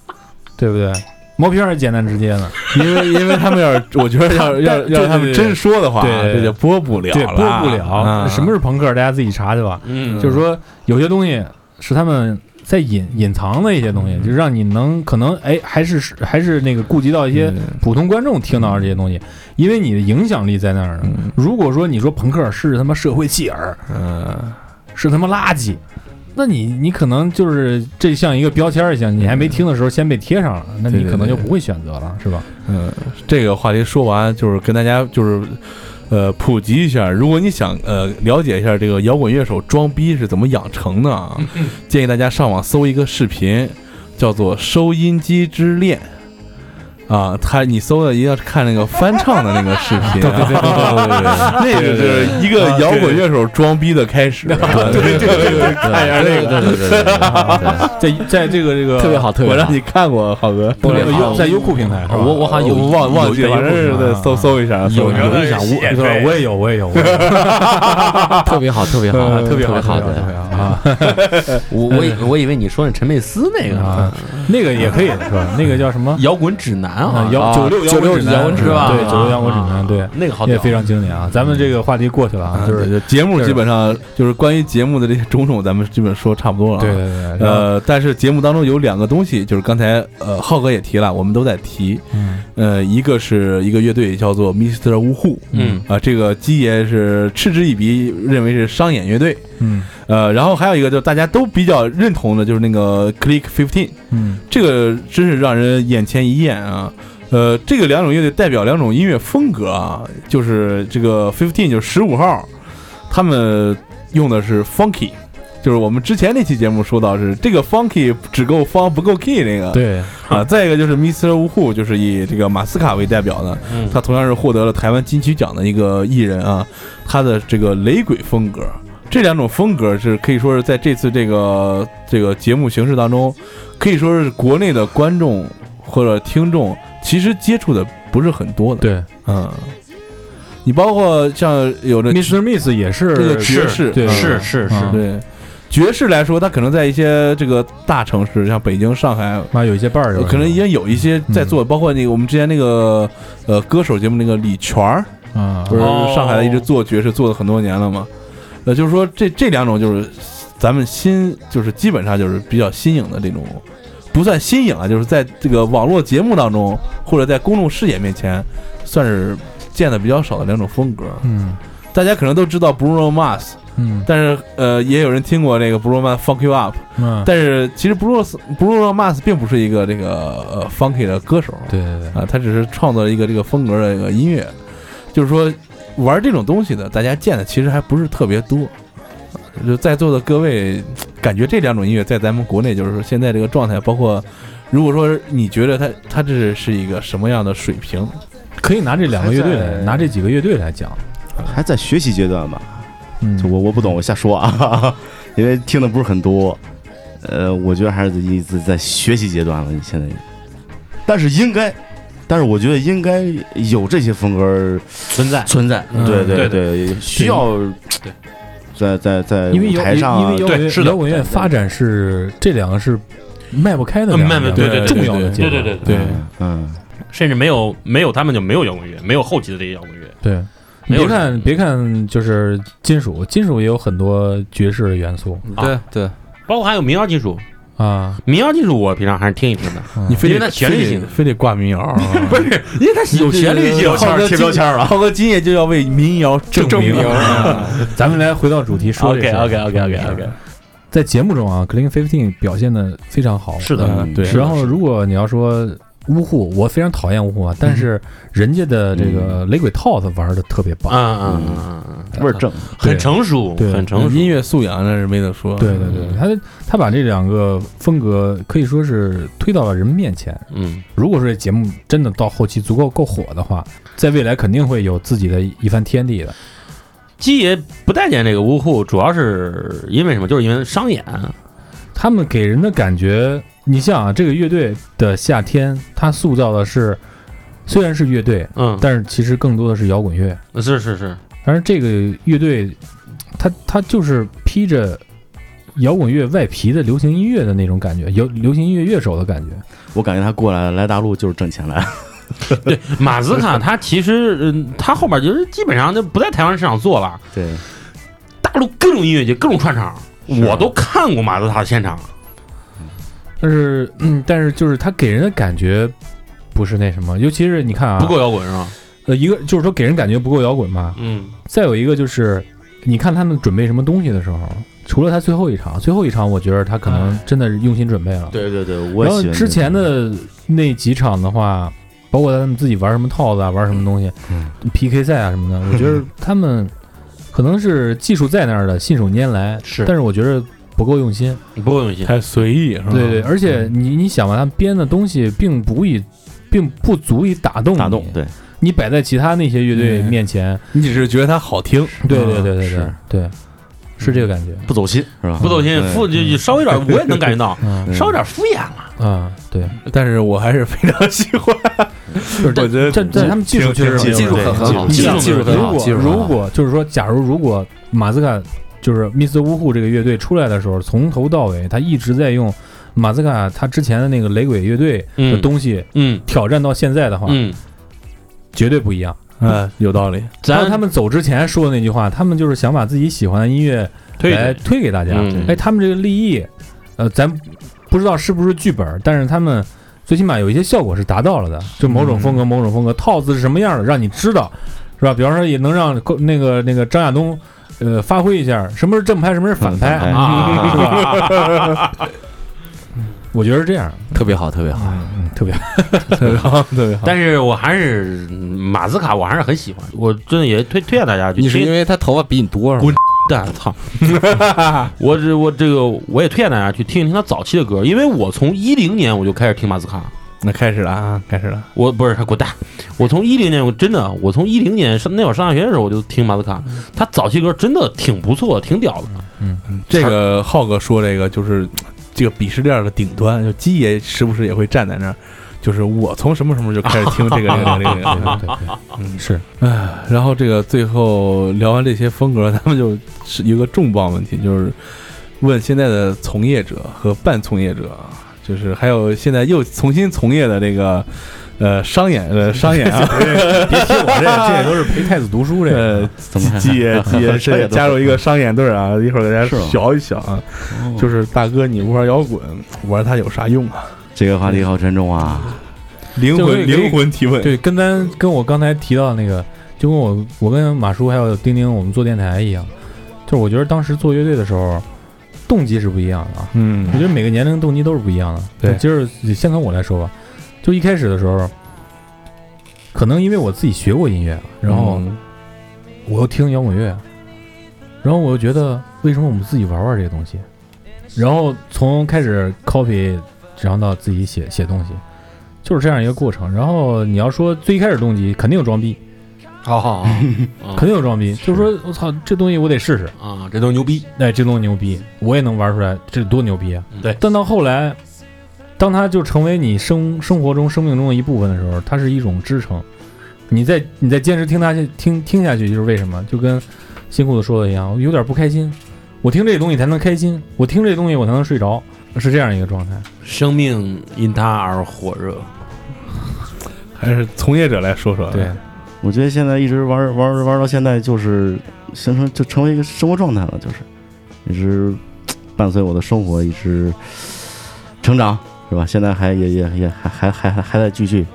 Speaker 6: 对不对？毛片儿也简单直接呢，
Speaker 5: 嗯因为因为他们要是，我觉得
Speaker 7: *laughs*
Speaker 5: 要要
Speaker 6: 对对
Speaker 5: 要他们真说的话，
Speaker 6: 对对对
Speaker 5: 这就播不了
Speaker 6: 对，
Speaker 5: 了，
Speaker 6: 播不了。
Speaker 5: 嗯
Speaker 6: 什么是朋克？大家自己查去吧。
Speaker 8: 嗯
Speaker 6: 就是说，有些东西是他们在隐隐藏的一些东西，就是让你能可能哎，还是还是那个顾及到一些
Speaker 5: 嗯
Speaker 6: 普通观众听到的这些东西，因为你的影响力在那儿呢。如果说你说朋克是他妈社会弃儿，
Speaker 5: 嗯，
Speaker 6: 是他妈垃圾。那你你可能就是这像一个标签儿一样，你还没听的时候先被贴上了，那你可能就不会选择了，是吧？
Speaker 5: 嗯，这个话题说完，就是跟大家就是，呃，普及一下，如果你想呃了解一下这个摇滚乐手装逼是怎么养成的啊，建议大家上网搜一个视频，叫做《收音机之恋》。啊，他你搜的一定要看那个翻唱的那个视频、啊，对对对对对，那个就是一个摇滚乐手装逼的开始、对对对，看一下那个，
Speaker 7: 对对对
Speaker 6: *laughs*
Speaker 7: 对对，
Speaker 6: 在在这个这个
Speaker 7: 特别好，特
Speaker 5: 我
Speaker 7: 别好
Speaker 5: 让。你看过，浩哥，
Speaker 6: 在
Speaker 7: 特别好
Speaker 6: 优在优酷平台是吧？
Speaker 7: 我我好像有
Speaker 5: 我忘忘记了，反正是在搜搜一下，搜
Speaker 6: 有
Speaker 5: 一下
Speaker 6: 有
Speaker 1: 啊
Speaker 6: 印象，我对我也有，我也有，我也有
Speaker 7: 特别嗯好，特别好，
Speaker 6: 特别
Speaker 7: 别好，
Speaker 6: 特别
Speaker 7: 对。
Speaker 6: 好啊！
Speaker 7: 我我以我以为你说那陈佩斯那个
Speaker 8: 嗯
Speaker 7: 呢，
Speaker 6: 啊，那个也可以是吧？那个叫什么？
Speaker 8: 摇滚指南啊
Speaker 6: 啊，摇
Speaker 7: 啊
Speaker 6: 九六摇
Speaker 7: 96
Speaker 6: 滚指南
Speaker 7: 摇滚指
Speaker 6: 是吧？
Speaker 7: 南
Speaker 6: 对，九六摇滚指南，对，
Speaker 8: 那个好
Speaker 6: 也
Speaker 8: 屌，
Speaker 6: 非常经典啊！咱们这个话题过去了啊，就
Speaker 5: 就是是节目基本上就是关于节目的这些种种，咱们基本说差不多了。啊
Speaker 6: 对对，对，然后
Speaker 5: 呃，但是节目当中有两个东西，就是刚才呃浩哥也提了，我们都在提。
Speaker 6: 嗯
Speaker 5: 呃，一个是一个乐队叫做 Mr. Wu Hu，
Speaker 8: 嗯
Speaker 5: 啊、这个基爷是嗤之以鼻，认为是商演乐队。
Speaker 6: 嗯
Speaker 5: 呃，然后还有一个就大家都比较认同的，就是那个 Click Fifteen，
Speaker 6: 嗯
Speaker 5: 这个真是让人眼前一艳啊。呃，这个两种乐队代表两种音乐风格啊，就是这个 Fifteen 就是十五号，他们用的是 Funky，就是我们之前那期节目说到是这个 funky 只够 fun 不够 key 那个，
Speaker 6: 对，
Speaker 5: 啊，再一个就是 Mr. Wu Hu，就是以这个马斯卡为代表的，
Speaker 8: 嗯
Speaker 5: 他同样是获得了台湾金曲奖的一个艺人啊，他的这个雷鬼风格，这两种风格是可以说是在这次这个这个节目形式当中，可以说是国内的观众或者听众其实接触的不是很多的，，
Speaker 6: 对
Speaker 5: 嗯，你包括像有的
Speaker 6: ，Mr. Miss 也是
Speaker 5: 这个爵士，
Speaker 6: 对
Speaker 5: 嗯
Speaker 8: 是是是，
Speaker 6: 嗯
Speaker 5: 对爵士来说，它可能在一些这个大城市，像北京、上海。
Speaker 6: 妈有一些伴儿有，
Speaker 5: 可能嗯已经有一些在做，包括那个我们之前那个呃歌手节目那个李泉儿，
Speaker 6: 啊，
Speaker 5: 不是
Speaker 8: 哦
Speaker 5: 上海的一直做爵士做了很多年了嘛，呃，就是说这这两种就是咱们新就是基本上就是比较新颖的这种，不算新颖啊，就是在这个网络节目当中或者在公众视野面前算是见的比较少的两种风格。
Speaker 6: 嗯
Speaker 5: 大家可能都知道 Bruno Mars，
Speaker 6: 嗯
Speaker 5: 但是呃也有人听过那个 Bruno Mars Funk You Up，
Speaker 6: 嗯，
Speaker 5: 但是其实 Bruno Bruno Mars 并不是一个这个呃 funky 的歌手，
Speaker 6: 对对对，
Speaker 5: 啊，他只是创造了一个这个风格的一个音乐，就是说玩这种东西的，大家见的其实还不是特别多。就在座的各位，感觉这两种音乐在咱们国内就是说现在这个状态，包括如果说你觉得它它这是一个什么样的水平，
Speaker 6: 可以拿这两个乐队来，拿这几个乐队来讲，
Speaker 9: 还在学习阶段吧？
Speaker 6: 嗯
Speaker 9: 就我我不懂，我瞎说啊，因为听的不是很多。呃，我觉得还是一直在学习阶段了，现在。但是应该，但是我觉得应该有这些风格
Speaker 8: 存在
Speaker 9: 存在。
Speaker 6: 嗯
Speaker 9: 对
Speaker 8: 对
Speaker 9: 对，需要
Speaker 8: 对
Speaker 9: 在在在
Speaker 6: 因为
Speaker 9: 舞
Speaker 6: 摇
Speaker 9: 台上
Speaker 6: 因
Speaker 9: 啊
Speaker 6: 为摇滚
Speaker 8: 对
Speaker 6: 乐
Speaker 8: 是的
Speaker 6: 摇滚乐发展是这两个是迈不开的
Speaker 8: 嗯
Speaker 6: 两个，
Speaker 8: 迈不
Speaker 5: 对
Speaker 6: 两个
Speaker 5: 对
Speaker 6: 重
Speaker 5: 对
Speaker 6: 要的
Speaker 5: 对
Speaker 6: 阶段，
Speaker 8: 对对
Speaker 5: 对
Speaker 9: 嗯，
Speaker 8: 甚至没有没有他们就没有摇滚乐，没有后期的这些摇滚乐。
Speaker 6: 对。你
Speaker 8: 没有
Speaker 6: 别
Speaker 8: 人
Speaker 6: 看别看就是金属，金属也有很多爵士的元素
Speaker 7: 对对， *laughs*
Speaker 8: 包括还有民谣技术，
Speaker 6: 啊，
Speaker 8: 民谣技术我平常还是听一听的，
Speaker 5: 你非
Speaker 8: 因为它
Speaker 5: 得
Speaker 8: 旋律
Speaker 5: 非得
Speaker 8: 性
Speaker 5: 非得挂民谣啊，
Speaker 8: 不是因为它有旋律性。
Speaker 5: 浩哥今
Speaker 9: 了。
Speaker 5: 浩哥今夜就要为民谣证
Speaker 6: 证
Speaker 5: 明啊
Speaker 6: 明啊
Speaker 8: *laughs*
Speaker 6: 咱们来回到主题说这事儿。啊
Speaker 8: OK，OK，OK，OK，OK
Speaker 6: 在节目中啊，Clean Fifteen 表现的非常好。
Speaker 8: 是的嗯
Speaker 5: 嗯，对，
Speaker 6: 然后如果你要说呜呼，我非常讨厌呜呼啊，但是人家的这个雷鬼 Tot 玩的特别棒。
Speaker 8: 嗯嗯嗯嗯嗯，
Speaker 9: 味儿正，
Speaker 6: 啊
Speaker 8: 很成熟，
Speaker 6: 对
Speaker 8: 很成熟。
Speaker 5: 嗯音乐素养那是没得说，
Speaker 6: 对对
Speaker 8: 嗯
Speaker 6: 对，他他把这两个风格可以说是推到了人们面前。
Speaker 8: 嗯，
Speaker 6: 如果说这节目真的到后期足够够火的话，在未来肯定会有自己的一番天地的。
Speaker 8: 基爷不待见这个呜呼，主要是因为什么？就是因为商演。
Speaker 6: 他们给人的感觉，你像啊，这个乐队的夏天，它塑造的是虽然是乐队，
Speaker 8: 嗯，
Speaker 6: 但是其实更多的是摇滚乐。
Speaker 8: 是是是，
Speaker 6: 但是这个乐队，它它就是披着摇滚乐外皮的流行音乐的那种感觉，流流行音乐乐手的感觉。
Speaker 9: 我感觉他过来来大陆就是挣钱来了。
Speaker 8: 马斯卡他其实，嗯，他后边就是基本上就不在台湾市场做了，
Speaker 9: 对，
Speaker 8: 大陆各种音乐节、各种串场，
Speaker 9: 是
Speaker 8: 我都看过马自达的现场。
Speaker 6: 但是，嗯，但是就是它给人的感觉不是那什么，尤其是你看啊，
Speaker 8: 不够摇滚是吧？
Speaker 6: 呃，一个就是说给人感觉不够摇滚嘛，
Speaker 8: 嗯，
Speaker 6: 再有一个就是，你看他们准备什么东西的时候，除了他最后一场，最后一场我觉得他可能真的是用心准备了。
Speaker 9: 对对对，我
Speaker 6: 然后
Speaker 9: 喜欢
Speaker 6: 之前
Speaker 9: 这种
Speaker 6: 的那几场的话，包括他们自己玩什么套子啊，玩什么东西、
Speaker 9: 嗯
Speaker 6: p k 赛啊什么的，我觉得他们可能是技术在那儿的，信手拈来，
Speaker 8: 是
Speaker 6: 但是我觉得不够用心。
Speaker 8: 不够用心。
Speaker 5: 太随意是
Speaker 9: 嗯
Speaker 5: 吧？
Speaker 6: 对对，而且你你想吧，他们编的东西并不以，并不足以打动
Speaker 9: 打动
Speaker 6: 你，
Speaker 9: 对，
Speaker 6: 你摆在其他那些乐队
Speaker 5: 嗯
Speaker 6: 面前，
Speaker 5: 你只是觉得它好听，啊
Speaker 6: 对对对对对
Speaker 9: 嗯是
Speaker 6: 对，是这个感觉。
Speaker 9: 不走心是吧？
Speaker 8: 不走心，敷就就稍微有点，我也能感觉到，
Speaker 6: 嗯
Speaker 8: 稍微有点敷衍了。
Speaker 6: 啊，对，
Speaker 5: 但是我还是非常喜欢。
Speaker 6: 就是
Speaker 5: 我觉得
Speaker 6: 这这他们技术确实
Speaker 9: 技
Speaker 6: 没
Speaker 9: 技
Speaker 6: 有
Speaker 9: 术
Speaker 6: 问
Speaker 9: 很
Speaker 6: 题
Speaker 9: 很好，
Speaker 8: 技术
Speaker 6: 你
Speaker 8: 技术
Speaker 6: 想
Speaker 8: 很
Speaker 6: 如果如
Speaker 8: 好
Speaker 6: 果就是说，假如如果马斯卡就是 Mr. Wu Hu 这个乐队出来的时候，从头到尾他一直在用马斯卡他之前的那个雷鬼乐队的
Speaker 8: 嗯
Speaker 6: 东西
Speaker 8: 嗯
Speaker 6: 挑战到现在的话，
Speaker 8: 嗯，
Speaker 6: 绝对不一样。
Speaker 5: 嗯，有道理。
Speaker 6: 当
Speaker 8: 咱
Speaker 6: 他们走之前说的那句话，他们就是想把自己喜欢的音乐
Speaker 8: 推
Speaker 6: 来推给大家。
Speaker 8: 嗯
Speaker 6: 哎，他们这个立意，呃，咱不知道是不是剧本，但是他们最起码有一些效果是达到了的，就某种风格，某种风格套子是什么样的，让你知道，是吧？比方说，也能让够那个那个张亚东，呃，发挥一下什么是正拍，什么是反拍
Speaker 9: 反拍
Speaker 6: 啊，
Speaker 5: *laughs*
Speaker 6: 是吧？我觉得是这样，
Speaker 7: 特别好，特别好。
Speaker 6: 嗯，特别好，
Speaker 5: 特别好，特别好。
Speaker 8: 但是我还是嗯马斯卡，我还是很喜欢，我真的也推推荐大家去
Speaker 7: 你是因
Speaker 8: 听。
Speaker 7: 为他头发比你多是吗？
Speaker 8: 蛋，操！ *laughs* 我这我这个我也推荐大家去听一听他早期的歌，因为我从一零年我就开始听马斯卡，
Speaker 5: 那开始了啊，开始了。
Speaker 8: 我不是滚蛋，我从一零年我真的我从一零年上那会儿上大学的时候我就听马斯卡，他早期歌真的挺不错，挺屌的。
Speaker 5: 这个嗯浩哥说这个就是这个鄙视链的顶端，就鸡爷时不时也会站在那儿，就是我从什么什么时候就开始听这个这个这个这个这个。
Speaker 6: 对对，
Speaker 5: *laughs* 唉，然后这个最后聊完这些风格，咱们就是一个重磅问题，就是问现在的从业者和半从业者，就是还有现在又重新从业的这个呃商演呃商 *laughs* 演啊，
Speaker 6: 别提我这，这也都是陪太子读书这
Speaker 5: 呃
Speaker 6: 个。
Speaker 9: 怎么还
Speaker 5: 基爷基爷
Speaker 9: 商演
Speaker 5: 是
Speaker 9: 都
Speaker 5: 加入一个商演队儿啊，一会儿给大
Speaker 9: 是
Speaker 5: 家
Speaker 9: 吗
Speaker 5: 小一小啊，
Speaker 9: 哦
Speaker 5: 就是大哥你玩摇滚玩它有啥用啊？
Speaker 9: 这个话题好沉重啊！
Speaker 5: 灵
Speaker 6: 就可以
Speaker 5: 魂灵魂提问，
Speaker 6: 对，跟咱跟我刚才提到的那个，就跟我我跟马叔还有丁丁我们做电台一样，就是我觉得当时做乐队的时候，动机是不一样的啊。
Speaker 5: 嗯
Speaker 6: 我觉得每个年龄动机都是不一样的。
Speaker 5: 对
Speaker 6: 就是先从我来说吧，就一开始的时候，可能因为我自己学过音乐，然后
Speaker 5: 嗯
Speaker 6: 我又听摇滚乐，然后我又觉得为什么我们自己玩玩这个东西，然后从开始 copy，然后到自己写写东西，就是这样一个过程。然后你要说最开始动机，肯定有装逼，
Speaker 8: 好好好，
Speaker 6: 肯定有装逼，就是说我操，这东西我得试试。
Speaker 8: *laughs* 啊，这都牛逼。
Speaker 6: 哎，这东西牛逼，我也能玩出来，这多牛逼啊！
Speaker 8: 对
Speaker 6: 但到后来，当它就成为你生生活中、生命中的一部分的时候，它是一种支撑。你在你在坚持听它下听听下去，就是为什么？就跟新裤子说的一样，我有点不开心，我听这东西才能开心，我听这东西我才能睡着，是这样一个状态。
Speaker 8: 生命因他而火热。
Speaker 5: 还是从业者来说啊说，
Speaker 6: 对，
Speaker 9: 我觉得现在一直玩玩玩到现在，就是形成就成为一个生活状态了，就是一直伴随我的生活，一直成长，是吧？现在还也也也还还还还还在继续，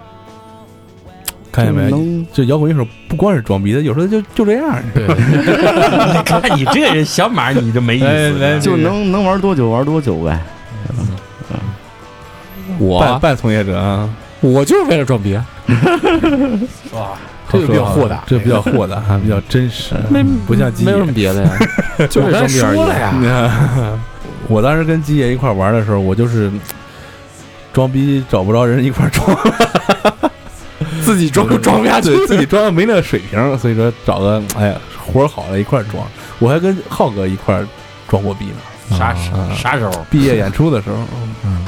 Speaker 5: 看见没？
Speaker 9: 能
Speaker 5: 这摇滚乐手不光是装逼的，有时候就就这样儿。
Speaker 6: 对，
Speaker 8: 你看哎你这个人小马，你这没意
Speaker 5: 来哎来
Speaker 8: 思。
Speaker 9: 就能能玩多久玩多久呗。
Speaker 7: 我
Speaker 5: 半
Speaker 7: 啊
Speaker 5: 半从业者啊，
Speaker 7: 我就是为了装逼啊，这个比较豁达
Speaker 5: 这比较豁达，还比较真实，
Speaker 7: 没
Speaker 5: 不像鸡
Speaker 7: 没
Speaker 5: 爷
Speaker 7: 有 *laughs* 什。么别的呀，就
Speaker 5: 我
Speaker 7: 是
Speaker 5: 刚才
Speaker 7: 装逼而已
Speaker 5: 说了呀， *laughs* 我当时跟鸡爷一块儿玩的时候，我就是嗯装逼找不着人一块儿装，
Speaker 7: 自己装都装不下去，
Speaker 5: 对自己装没那个水平，所以说找个哎呀活儿好的一块儿装。我还跟浩哥一块儿装过逼呢，
Speaker 8: 啥
Speaker 5: 啊
Speaker 8: 啥时候？
Speaker 5: 毕业演出的时候，
Speaker 6: 嗯，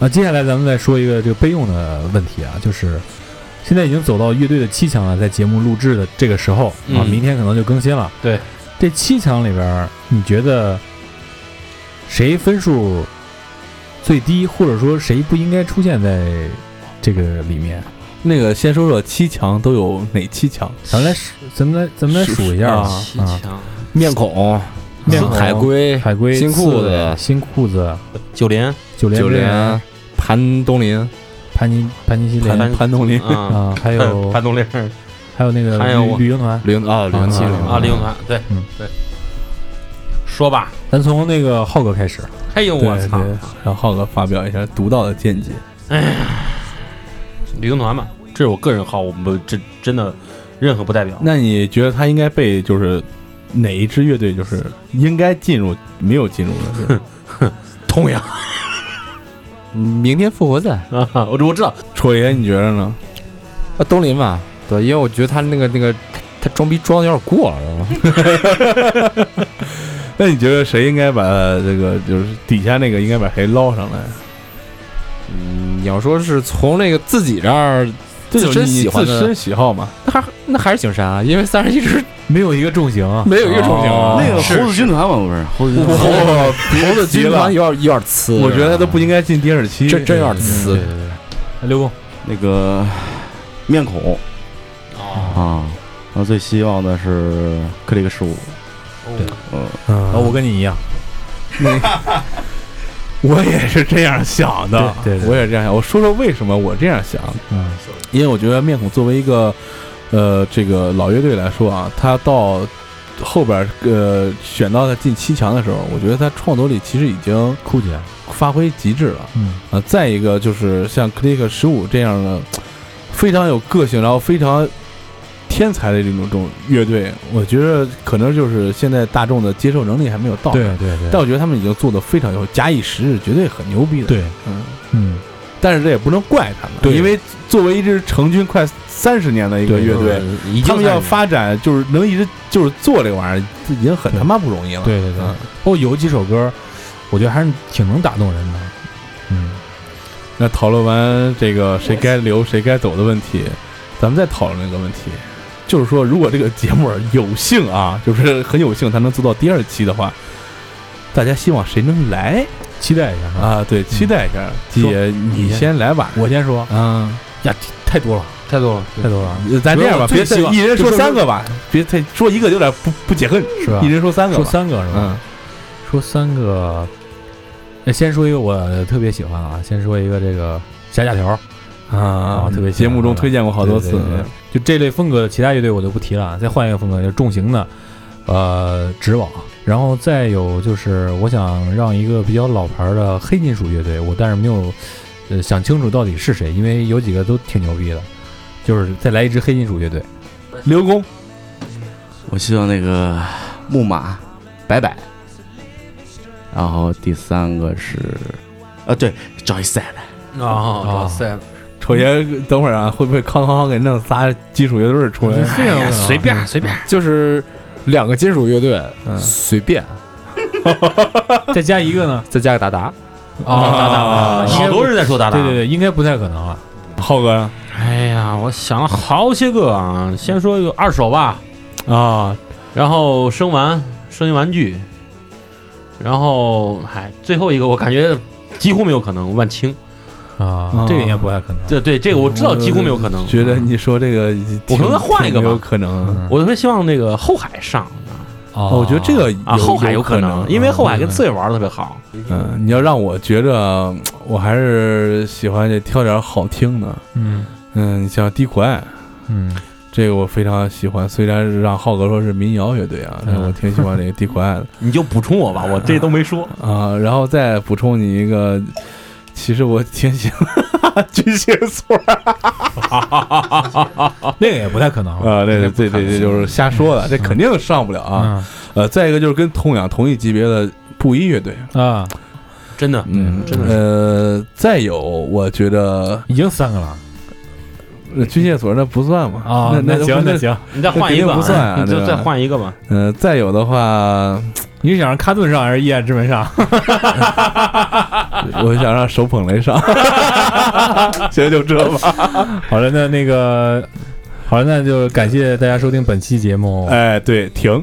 Speaker 6: 啊，接下来咱们再说一个这个备用的问题啊，就是现在已经走到乐队的七强了，在节目录制的这个时候啊，
Speaker 8: 嗯
Speaker 6: 明天可能就更新了。
Speaker 8: 对，
Speaker 6: 这七强里边儿，你觉得谁分数最低，或者说谁不应该出现在这个里面？
Speaker 5: *laughs* 那个先说说七强都有哪七强？
Speaker 6: 咱们来数，咱们来，咱们来数一下啊
Speaker 8: 七
Speaker 6: 啊，
Speaker 8: 强，
Speaker 7: 面孔、
Speaker 6: 面孔、
Speaker 7: 海龟、
Speaker 6: 海龟、
Speaker 7: 新裤子
Speaker 6: 刺新裤子、
Speaker 8: 九连
Speaker 6: 九连
Speaker 7: 九
Speaker 6: 真人
Speaker 7: 连、潘东林、
Speaker 6: 潘金潘金西
Speaker 8: 潘
Speaker 6: 连
Speaker 5: 潘东林，
Speaker 7: 嗯
Speaker 8: 啊，
Speaker 6: 啊，还有
Speaker 8: 潘东林
Speaker 6: 还有那个
Speaker 8: 还有
Speaker 6: 旅
Speaker 8: 我
Speaker 6: 旅行团。
Speaker 7: 零啊零七零
Speaker 8: 啊，李永团，对
Speaker 6: 嗯
Speaker 8: 对，说吧。
Speaker 6: 咱从那个浩哥开始，
Speaker 8: 哎呦我操！
Speaker 5: 对
Speaker 8: 哎
Speaker 5: 对 *laughs* 让浩哥发表一下独到的见解。
Speaker 8: 旅行团嘛，这是我个人号，我们这真的任何不代表。
Speaker 5: 那你觉得他应该被就是哪一支乐队就是应该进入没有进入的？就是
Speaker 7: *laughs*
Speaker 8: 痛痒
Speaker 7: 明天复活赛
Speaker 8: 啊！我我知道，
Speaker 5: *laughs* 戳爷，你觉得呢？
Speaker 7: 啊，东林嘛，对，因为我觉得他那个那个他他装逼装的有点过
Speaker 5: *laughs*
Speaker 7: 了，
Speaker 5: 那你觉得谁应该把这个就是底下那个应该把谁捞上来？
Speaker 7: 嗯，你要说是从那个自己这儿，
Speaker 5: 这就是
Speaker 7: 自身
Speaker 5: 你
Speaker 7: 喜欢的
Speaker 5: 自身喜好嘛。
Speaker 7: 那还那还是景山啊，因为三十一支
Speaker 6: 没有一个重型啊，
Speaker 7: 没有一个重型啊，
Speaker 9: 那个猴子军团嘛，不是猴子军团，
Speaker 7: 猴子猴子
Speaker 5: 急
Speaker 7: 军
Speaker 5: 了
Speaker 7: 团有点有点呲，
Speaker 5: 我觉得他都不应该进第二期，
Speaker 7: 真真有点呲
Speaker 5: 嗯
Speaker 6: 对，对对哎刘工，
Speaker 9: 那个面孔啊，我最希望的是克里克十五，
Speaker 6: 啊，我跟你一样，
Speaker 5: 我也是这样想的，
Speaker 6: 对对对
Speaker 5: 我也是这样想。我说说为什么我这样想，
Speaker 6: 嗯，
Speaker 5: 因为我觉得面孔作为一个呃这个老乐队来说啊，他到后边儿呃选到他进七强的时候，我觉得他创作力其实已经
Speaker 6: 酷姐，
Speaker 5: 发挥极致了。
Speaker 6: 嗯，
Speaker 5: 啊，再一嗯个就是像 Click 十五这样的非常有个性，然后非常天才的这种种乐队，我觉得可能就是现在大众的接受能力还没有到。，
Speaker 6: 对对
Speaker 5: 但
Speaker 6: 对
Speaker 5: 我觉得他们已经做的非常优秀，假以时日，绝对很牛逼的。，
Speaker 6: 对，
Speaker 5: 嗯，
Speaker 6: 嗯，
Speaker 5: 但是这也不能怪他们，
Speaker 6: 对
Speaker 5: 因为作为一支成军快三十年的一个
Speaker 6: 对
Speaker 5: 乐队，
Speaker 8: 对
Speaker 5: 他们要发展就是能一直就是做这个玩意儿，这已经很
Speaker 6: 对
Speaker 5: 他妈不容易了。
Speaker 6: 对对对
Speaker 5: 嗯，
Speaker 6: 不过有几首歌，我觉得还是挺能打动人的。嗯，
Speaker 5: 那讨论完这个谁该留谁该走的问题，咱们再讨论一个问题，就是说，如果这个节目有幸啊，就是很有幸它能做到第二期的话，大家希望谁能来
Speaker 6: 期待一下哈。
Speaker 5: 啊？对，期待一下，姐你先来吧。
Speaker 6: 我先说，
Speaker 5: 啊，
Speaker 6: 呀，太多了，
Speaker 8: 太多了，
Speaker 6: 太多了，
Speaker 5: 呃咱这样吧，
Speaker 6: 主
Speaker 5: 别
Speaker 6: 要我最希望
Speaker 5: 一人
Speaker 6: 就
Speaker 5: 说
Speaker 6: 是
Speaker 5: 三个吧，别太说一个有点不不解恨，
Speaker 6: 是吧
Speaker 5: 一？人说三个
Speaker 6: 说
Speaker 5: 吧。
Speaker 6: 三个是吧？
Speaker 5: 嗯，
Speaker 6: 说三个，呃先说一个我特别喜欢啊，先说一个这个侠假条
Speaker 5: 啊
Speaker 6: 啊，特别喜
Speaker 5: 节
Speaker 6: 欢
Speaker 5: 目中推荐过好多次，
Speaker 6: 对对对对就这类风格的其他乐队我就不提了，啊，再换一个风格，就是重型的，呃，直网，然后再有就是我想让一个比较老牌的黑金属乐队，我但是没有呃想清楚到底是谁，因为有几个都挺牛逼的，就是再来一支黑金属乐队，
Speaker 5: 刘工
Speaker 9: 我希望那个木马白白，然后第三个是啊，对，Joyce
Speaker 5: 哦
Speaker 6: 哦
Speaker 8: 啊，塞，
Speaker 5: 瞅爷，等会儿啊，会不会康康康给弄仨金属乐队出来？
Speaker 8: 哎呀随便随便，
Speaker 7: 就是两个金属乐队，
Speaker 5: 嗯
Speaker 7: 随便
Speaker 6: 再加一个呢？
Speaker 7: 再加个达达，
Speaker 6: 打打
Speaker 5: 啊
Speaker 8: 好多人在说达达，
Speaker 6: 哦对对对，应该不太可能啊了。
Speaker 5: 浩哥呢
Speaker 8: 哎呀，我想了好些个啊，先说有二手吧，
Speaker 5: 啊，
Speaker 8: 然后生玩声音玩具，然后哎，最后一个我感觉几乎没有可能，万青，
Speaker 6: 啊，
Speaker 5: 哦
Speaker 6: 这个应该不太可能。
Speaker 8: 这对这个我知道几乎没有可能，
Speaker 5: 觉得你说这个，
Speaker 8: 我可能再换一个吧
Speaker 5: 挺有可能。啊
Speaker 6: 嗯
Speaker 8: 我特别希望那个后海上啊
Speaker 6: 哦
Speaker 5: 哦，我觉得这个
Speaker 8: 啊，后海
Speaker 5: 有
Speaker 8: 可
Speaker 5: 能，嗯
Speaker 8: 因为后海跟
Speaker 6: 嗯
Speaker 5: 自
Speaker 8: 刺猬玩的特别好，
Speaker 5: 嗯，你要让我觉着，嗯我还是喜欢这挑点好听的。
Speaker 6: 嗯
Speaker 5: 嗯，你像低苦爱，
Speaker 6: 嗯
Speaker 5: 这个我非常喜欢，虽然让浩哥说是民谣乐队啊，但是我挺喜欢这个低苦爱 *laughs* 的
Speaker 8: 你就补充我吧，我这都没说，
Speaker 5: 啊。然后再补充你一个，其实我挺喜欢巨蟹座
Speaker 6: 那个也不太可能
Speaker 5: 啊，对对对对，这就是瞎说的，嗯这肯定上不了啊。
Speaker 6: 啊
Speaker 5: 呃，再一个就是跟痛痒同一级别的布衣乐队，
Speaker 6: 啊，
Speaker 8: 真的，
Speaker 5: 嗯，
Speaker 8: 真的是
Speaker 5: 呃，再有，我觉得
Speaker 6: 已经三个了
Speaker 5: 呃军械所那不算嘛。
Speaker 6: 啊，
Speaker 5: 那
Speaker 6: 行
Speaker 5: 那
Speaker 6: 那。行，
Speaker 8: 你再换一
Speaker 5: 那肯
Speaker 8: 个
Speaker 5: 定不算啊
Speaker 8: 你
Speaker 5: 对
Speaker 8: 就
Speaker 5: 吧
Speaker 8: 再换一个吧，
Speaker 5: 嗯、呃，再有的话，
Speaker 6: 你是想让卡顿上还是一眼之门上？
Speaker 5: 我想让手捧雷 *laughs* 上，行，就这吧。
Speaker 6: 好了，那那个。好了，那就感谢大家收听本期节目。
Speaker 5: 哎，对，停。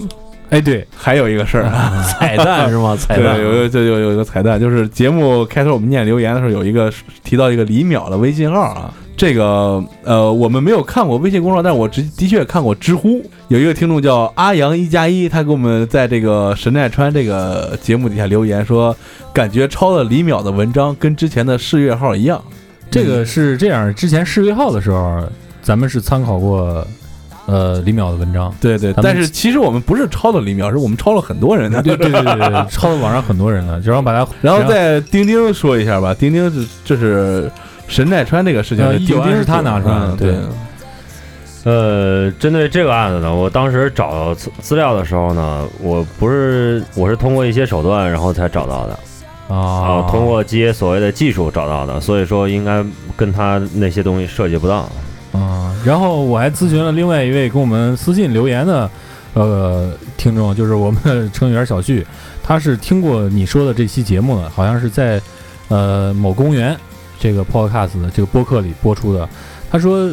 Speaker 6: 哎，对，
Speaker 5: 还有一个事儿啊，
Speaker 8: 彩蛋是吗？彩
Speaker 5: 对，有一个就有有一个彩蛋，就是节目开头我们念留言的时候，有一个提到一个李淼的微信号啊。这个呃，我们没有看过微信公众号，但是我直的确看过知乎，有一个听众叫阿阳一加一，他给我们在这个神奈川这个节目底下留言说，感觉抄了李淼的文章，跟之前的试阅号一样。
Speaker 6: 这个是这样，之前世越号的时候，咱们是参考过，呃，李淼的文 *laughs* 章，
Speaker 5: 对对，
Speaker 6: 咱们
Speaker 5: 但是其实我们不是抄的李淼，是我们抄了很多人的。
Speaker 6: 对对对对对，抄了网上很多人了，然后把它，
Speaker 5: 然后在钉钉说一下吧，钉钉是就是神奈川这个事情，
Speaker 6: 呃
Speaker 5: 钉钉
Speaker 6: 19是他拿出来的
Speaker 5: 嗯
Speaker 6: 对
Speaker 5: 对。
Speaker 1: 呃，针对这个案子呢，我当时找资资料的时候呢，我不是我是通过一些手段，然后才找到的
Speaker 6: 啊，
Speaker 1: 通过一些所谓的技术找到的，所以说应该跟他那些东西涉及不到。
Speaker 6: 啊，然后我还咨询了另外一位跟我们私信留言的呃听众，就是我们的成员小旭，他是听过你说的这期节目的，好像是在呃某公园这个 podcast 的这个播客里播出的。他说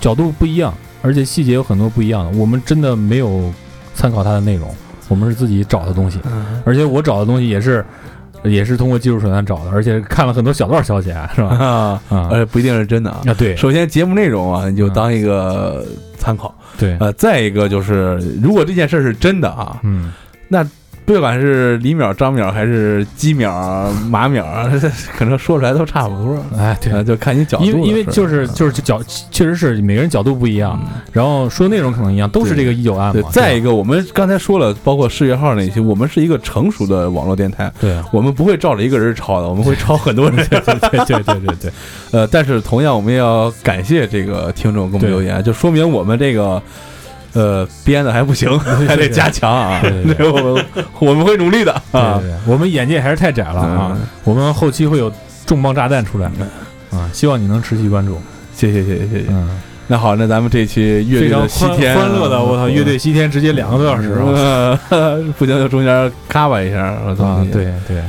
Speaker 6: 角度不一样，而且细节有很多不一样的，我们真的没有参考他的内容，我们是自己找的东西，
Speaker 5: 嗯
Speaker 6: 而且我找的东西也是。也是通过技术手段找的，而且看了很多小道消息，是吧？
Speaker 5: 啊，
Speaker 6: 啊、
Speaker 5: 呃，不一定是真的啊。
Speaker 6: 啊，对
Speaker 5: 首先节目内容啊，你就当一个参
Speaker 6: 啊
Speaker 5: 考。
Speaker 6: 对，
Speaker 5: 呃，再一个就是，如果这件事是真的啊，
Speaker 6: 嗯，
Speaker 5: 不管是李淼、张淼还是鸡淼、马淼，啊 *laughs* 可能说出来都差不多。
Speaker 6: 哎，对，
Speaker 5: 呃，就看你角度了。
Speaker 6: 因为因为就是
Speaker 5: 吧
Speaker 6: 就是角确实是每个人角度不一样，
Speaker 5: 嗯
Speaker 6: 然后说内容可能一样，都是
Speaker 5: 对
Speaker 6: 这个一九案
Speaker 5: 对
Speaker 6: 嘛。，
Speaker 5: 再一
Speaker 6: 个
Speaker 5: 个，我们刚才说了，包括视觉号那些，我们是一个成熟的网络电台，
Speaker 6: 对
Speaker 5: 我们不会照着一个人抄的，我们
Speaker 6: *laughs*
Speaker 5: 会抄很多人。
Speaker 6: 对对对对对对，
Speaker 5: 呃，但是同样，我们也要感谢这个听众给我们
Speaker 6: 对
Speaker 5: 留言，就说明我们这个呃，编的还不行，还得加强啊。
Speaker 6: 对对对
Speaker 5: 对我们我们会努力的啊
Speaker 6: 对。对对，我们眼界还是太窄了啊！我们后期会有重磅炸弹出来啊！希望你能持续关注。
Speaker 5: 谢谢谢谢谢谢。
Speaker 6: 嗯，
Speaker 5: 那好，那咱们这期乐队
Speaker 6: 非常
Speaker 5: 的西
Speaker 6: 欢
Speaker 5: 天
Speaker 6: 欢乐的，我操！乐队西天直接两个多小时啊！
Speaker 5: 嗯 *laughs* 呃，不行就中间咔吧一下，我操
Speaker 6: 啊！，对对，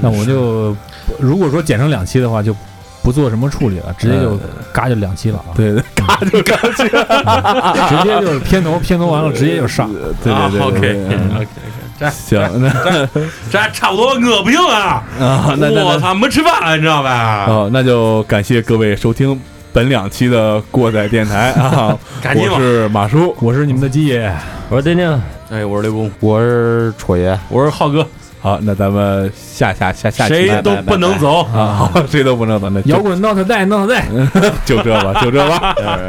Speaker 6: 那我们就如果说剪成两期的话，就不做什么处理了，直接就嘎就两期了啊！
Speaker 5: 对对
Speaker 6: 直接就是片头，片头完了直接就上。
Speaker 5: 对
Speaker 8: 啊
Speaker 5: 对对
Speaker 8: ，OK
Speaker 5: 对对
Speaker 8: OK，
Speaker 5: 行，那
Speaker 8: *laughs* 这还差不多，我不行啊！
Speaker 5: 啊，那那
Speaker 8: 我
Speaker 5: 那
Speaker 8: 操，没吃饭了，你知道吧？
Speaker 5: 哦，那就感谢各位收听本两期的过载电台啊！
Speaker 8: 赶紧吧
Speaker 5: 我。是马叔，
Speaker 6: 我是你们的鸡爷，
Speaker 1: 我说丁丁，
Speaker 9: 哎，我是刘工，
Speaker 7: 我是楚爷，
Speaker 8: 我是浩哥，
Speaker 5: 好，那咱们下下下下期
Speaker 8: 谁
Speaker 5: 再
Speaker 8: 都不能走。
Speaker 5: 啊，好，谁都不能等，那
Speaker 6: *laughs* 摇
Speaker 5: 就
Speaker 6: 滚 not die not die。
Speaker 5: 就这吧，就这吧。
Speaker 8: *laughs* 哎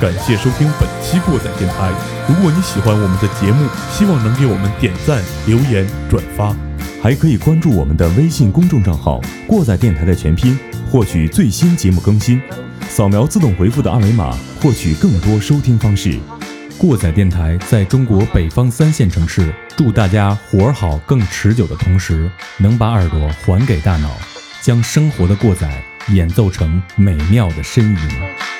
Speaker 2: 感谢收听本期过载电台。如果你喜欢我们的节目，希望能给我们点赞、留言、转发。
Speaker 4: 还可以关注我们的微信公众账号“过载电台”的全拼，获取最新节目更新。扫描自动回复的二维码，获取更多收听方式。
Speaker 2: 过载电台在中国北方三线城市，祝大家活儿好更持久的同时，能把耳朵还给大脑，将生活的过载演奏成美妙的呻吟。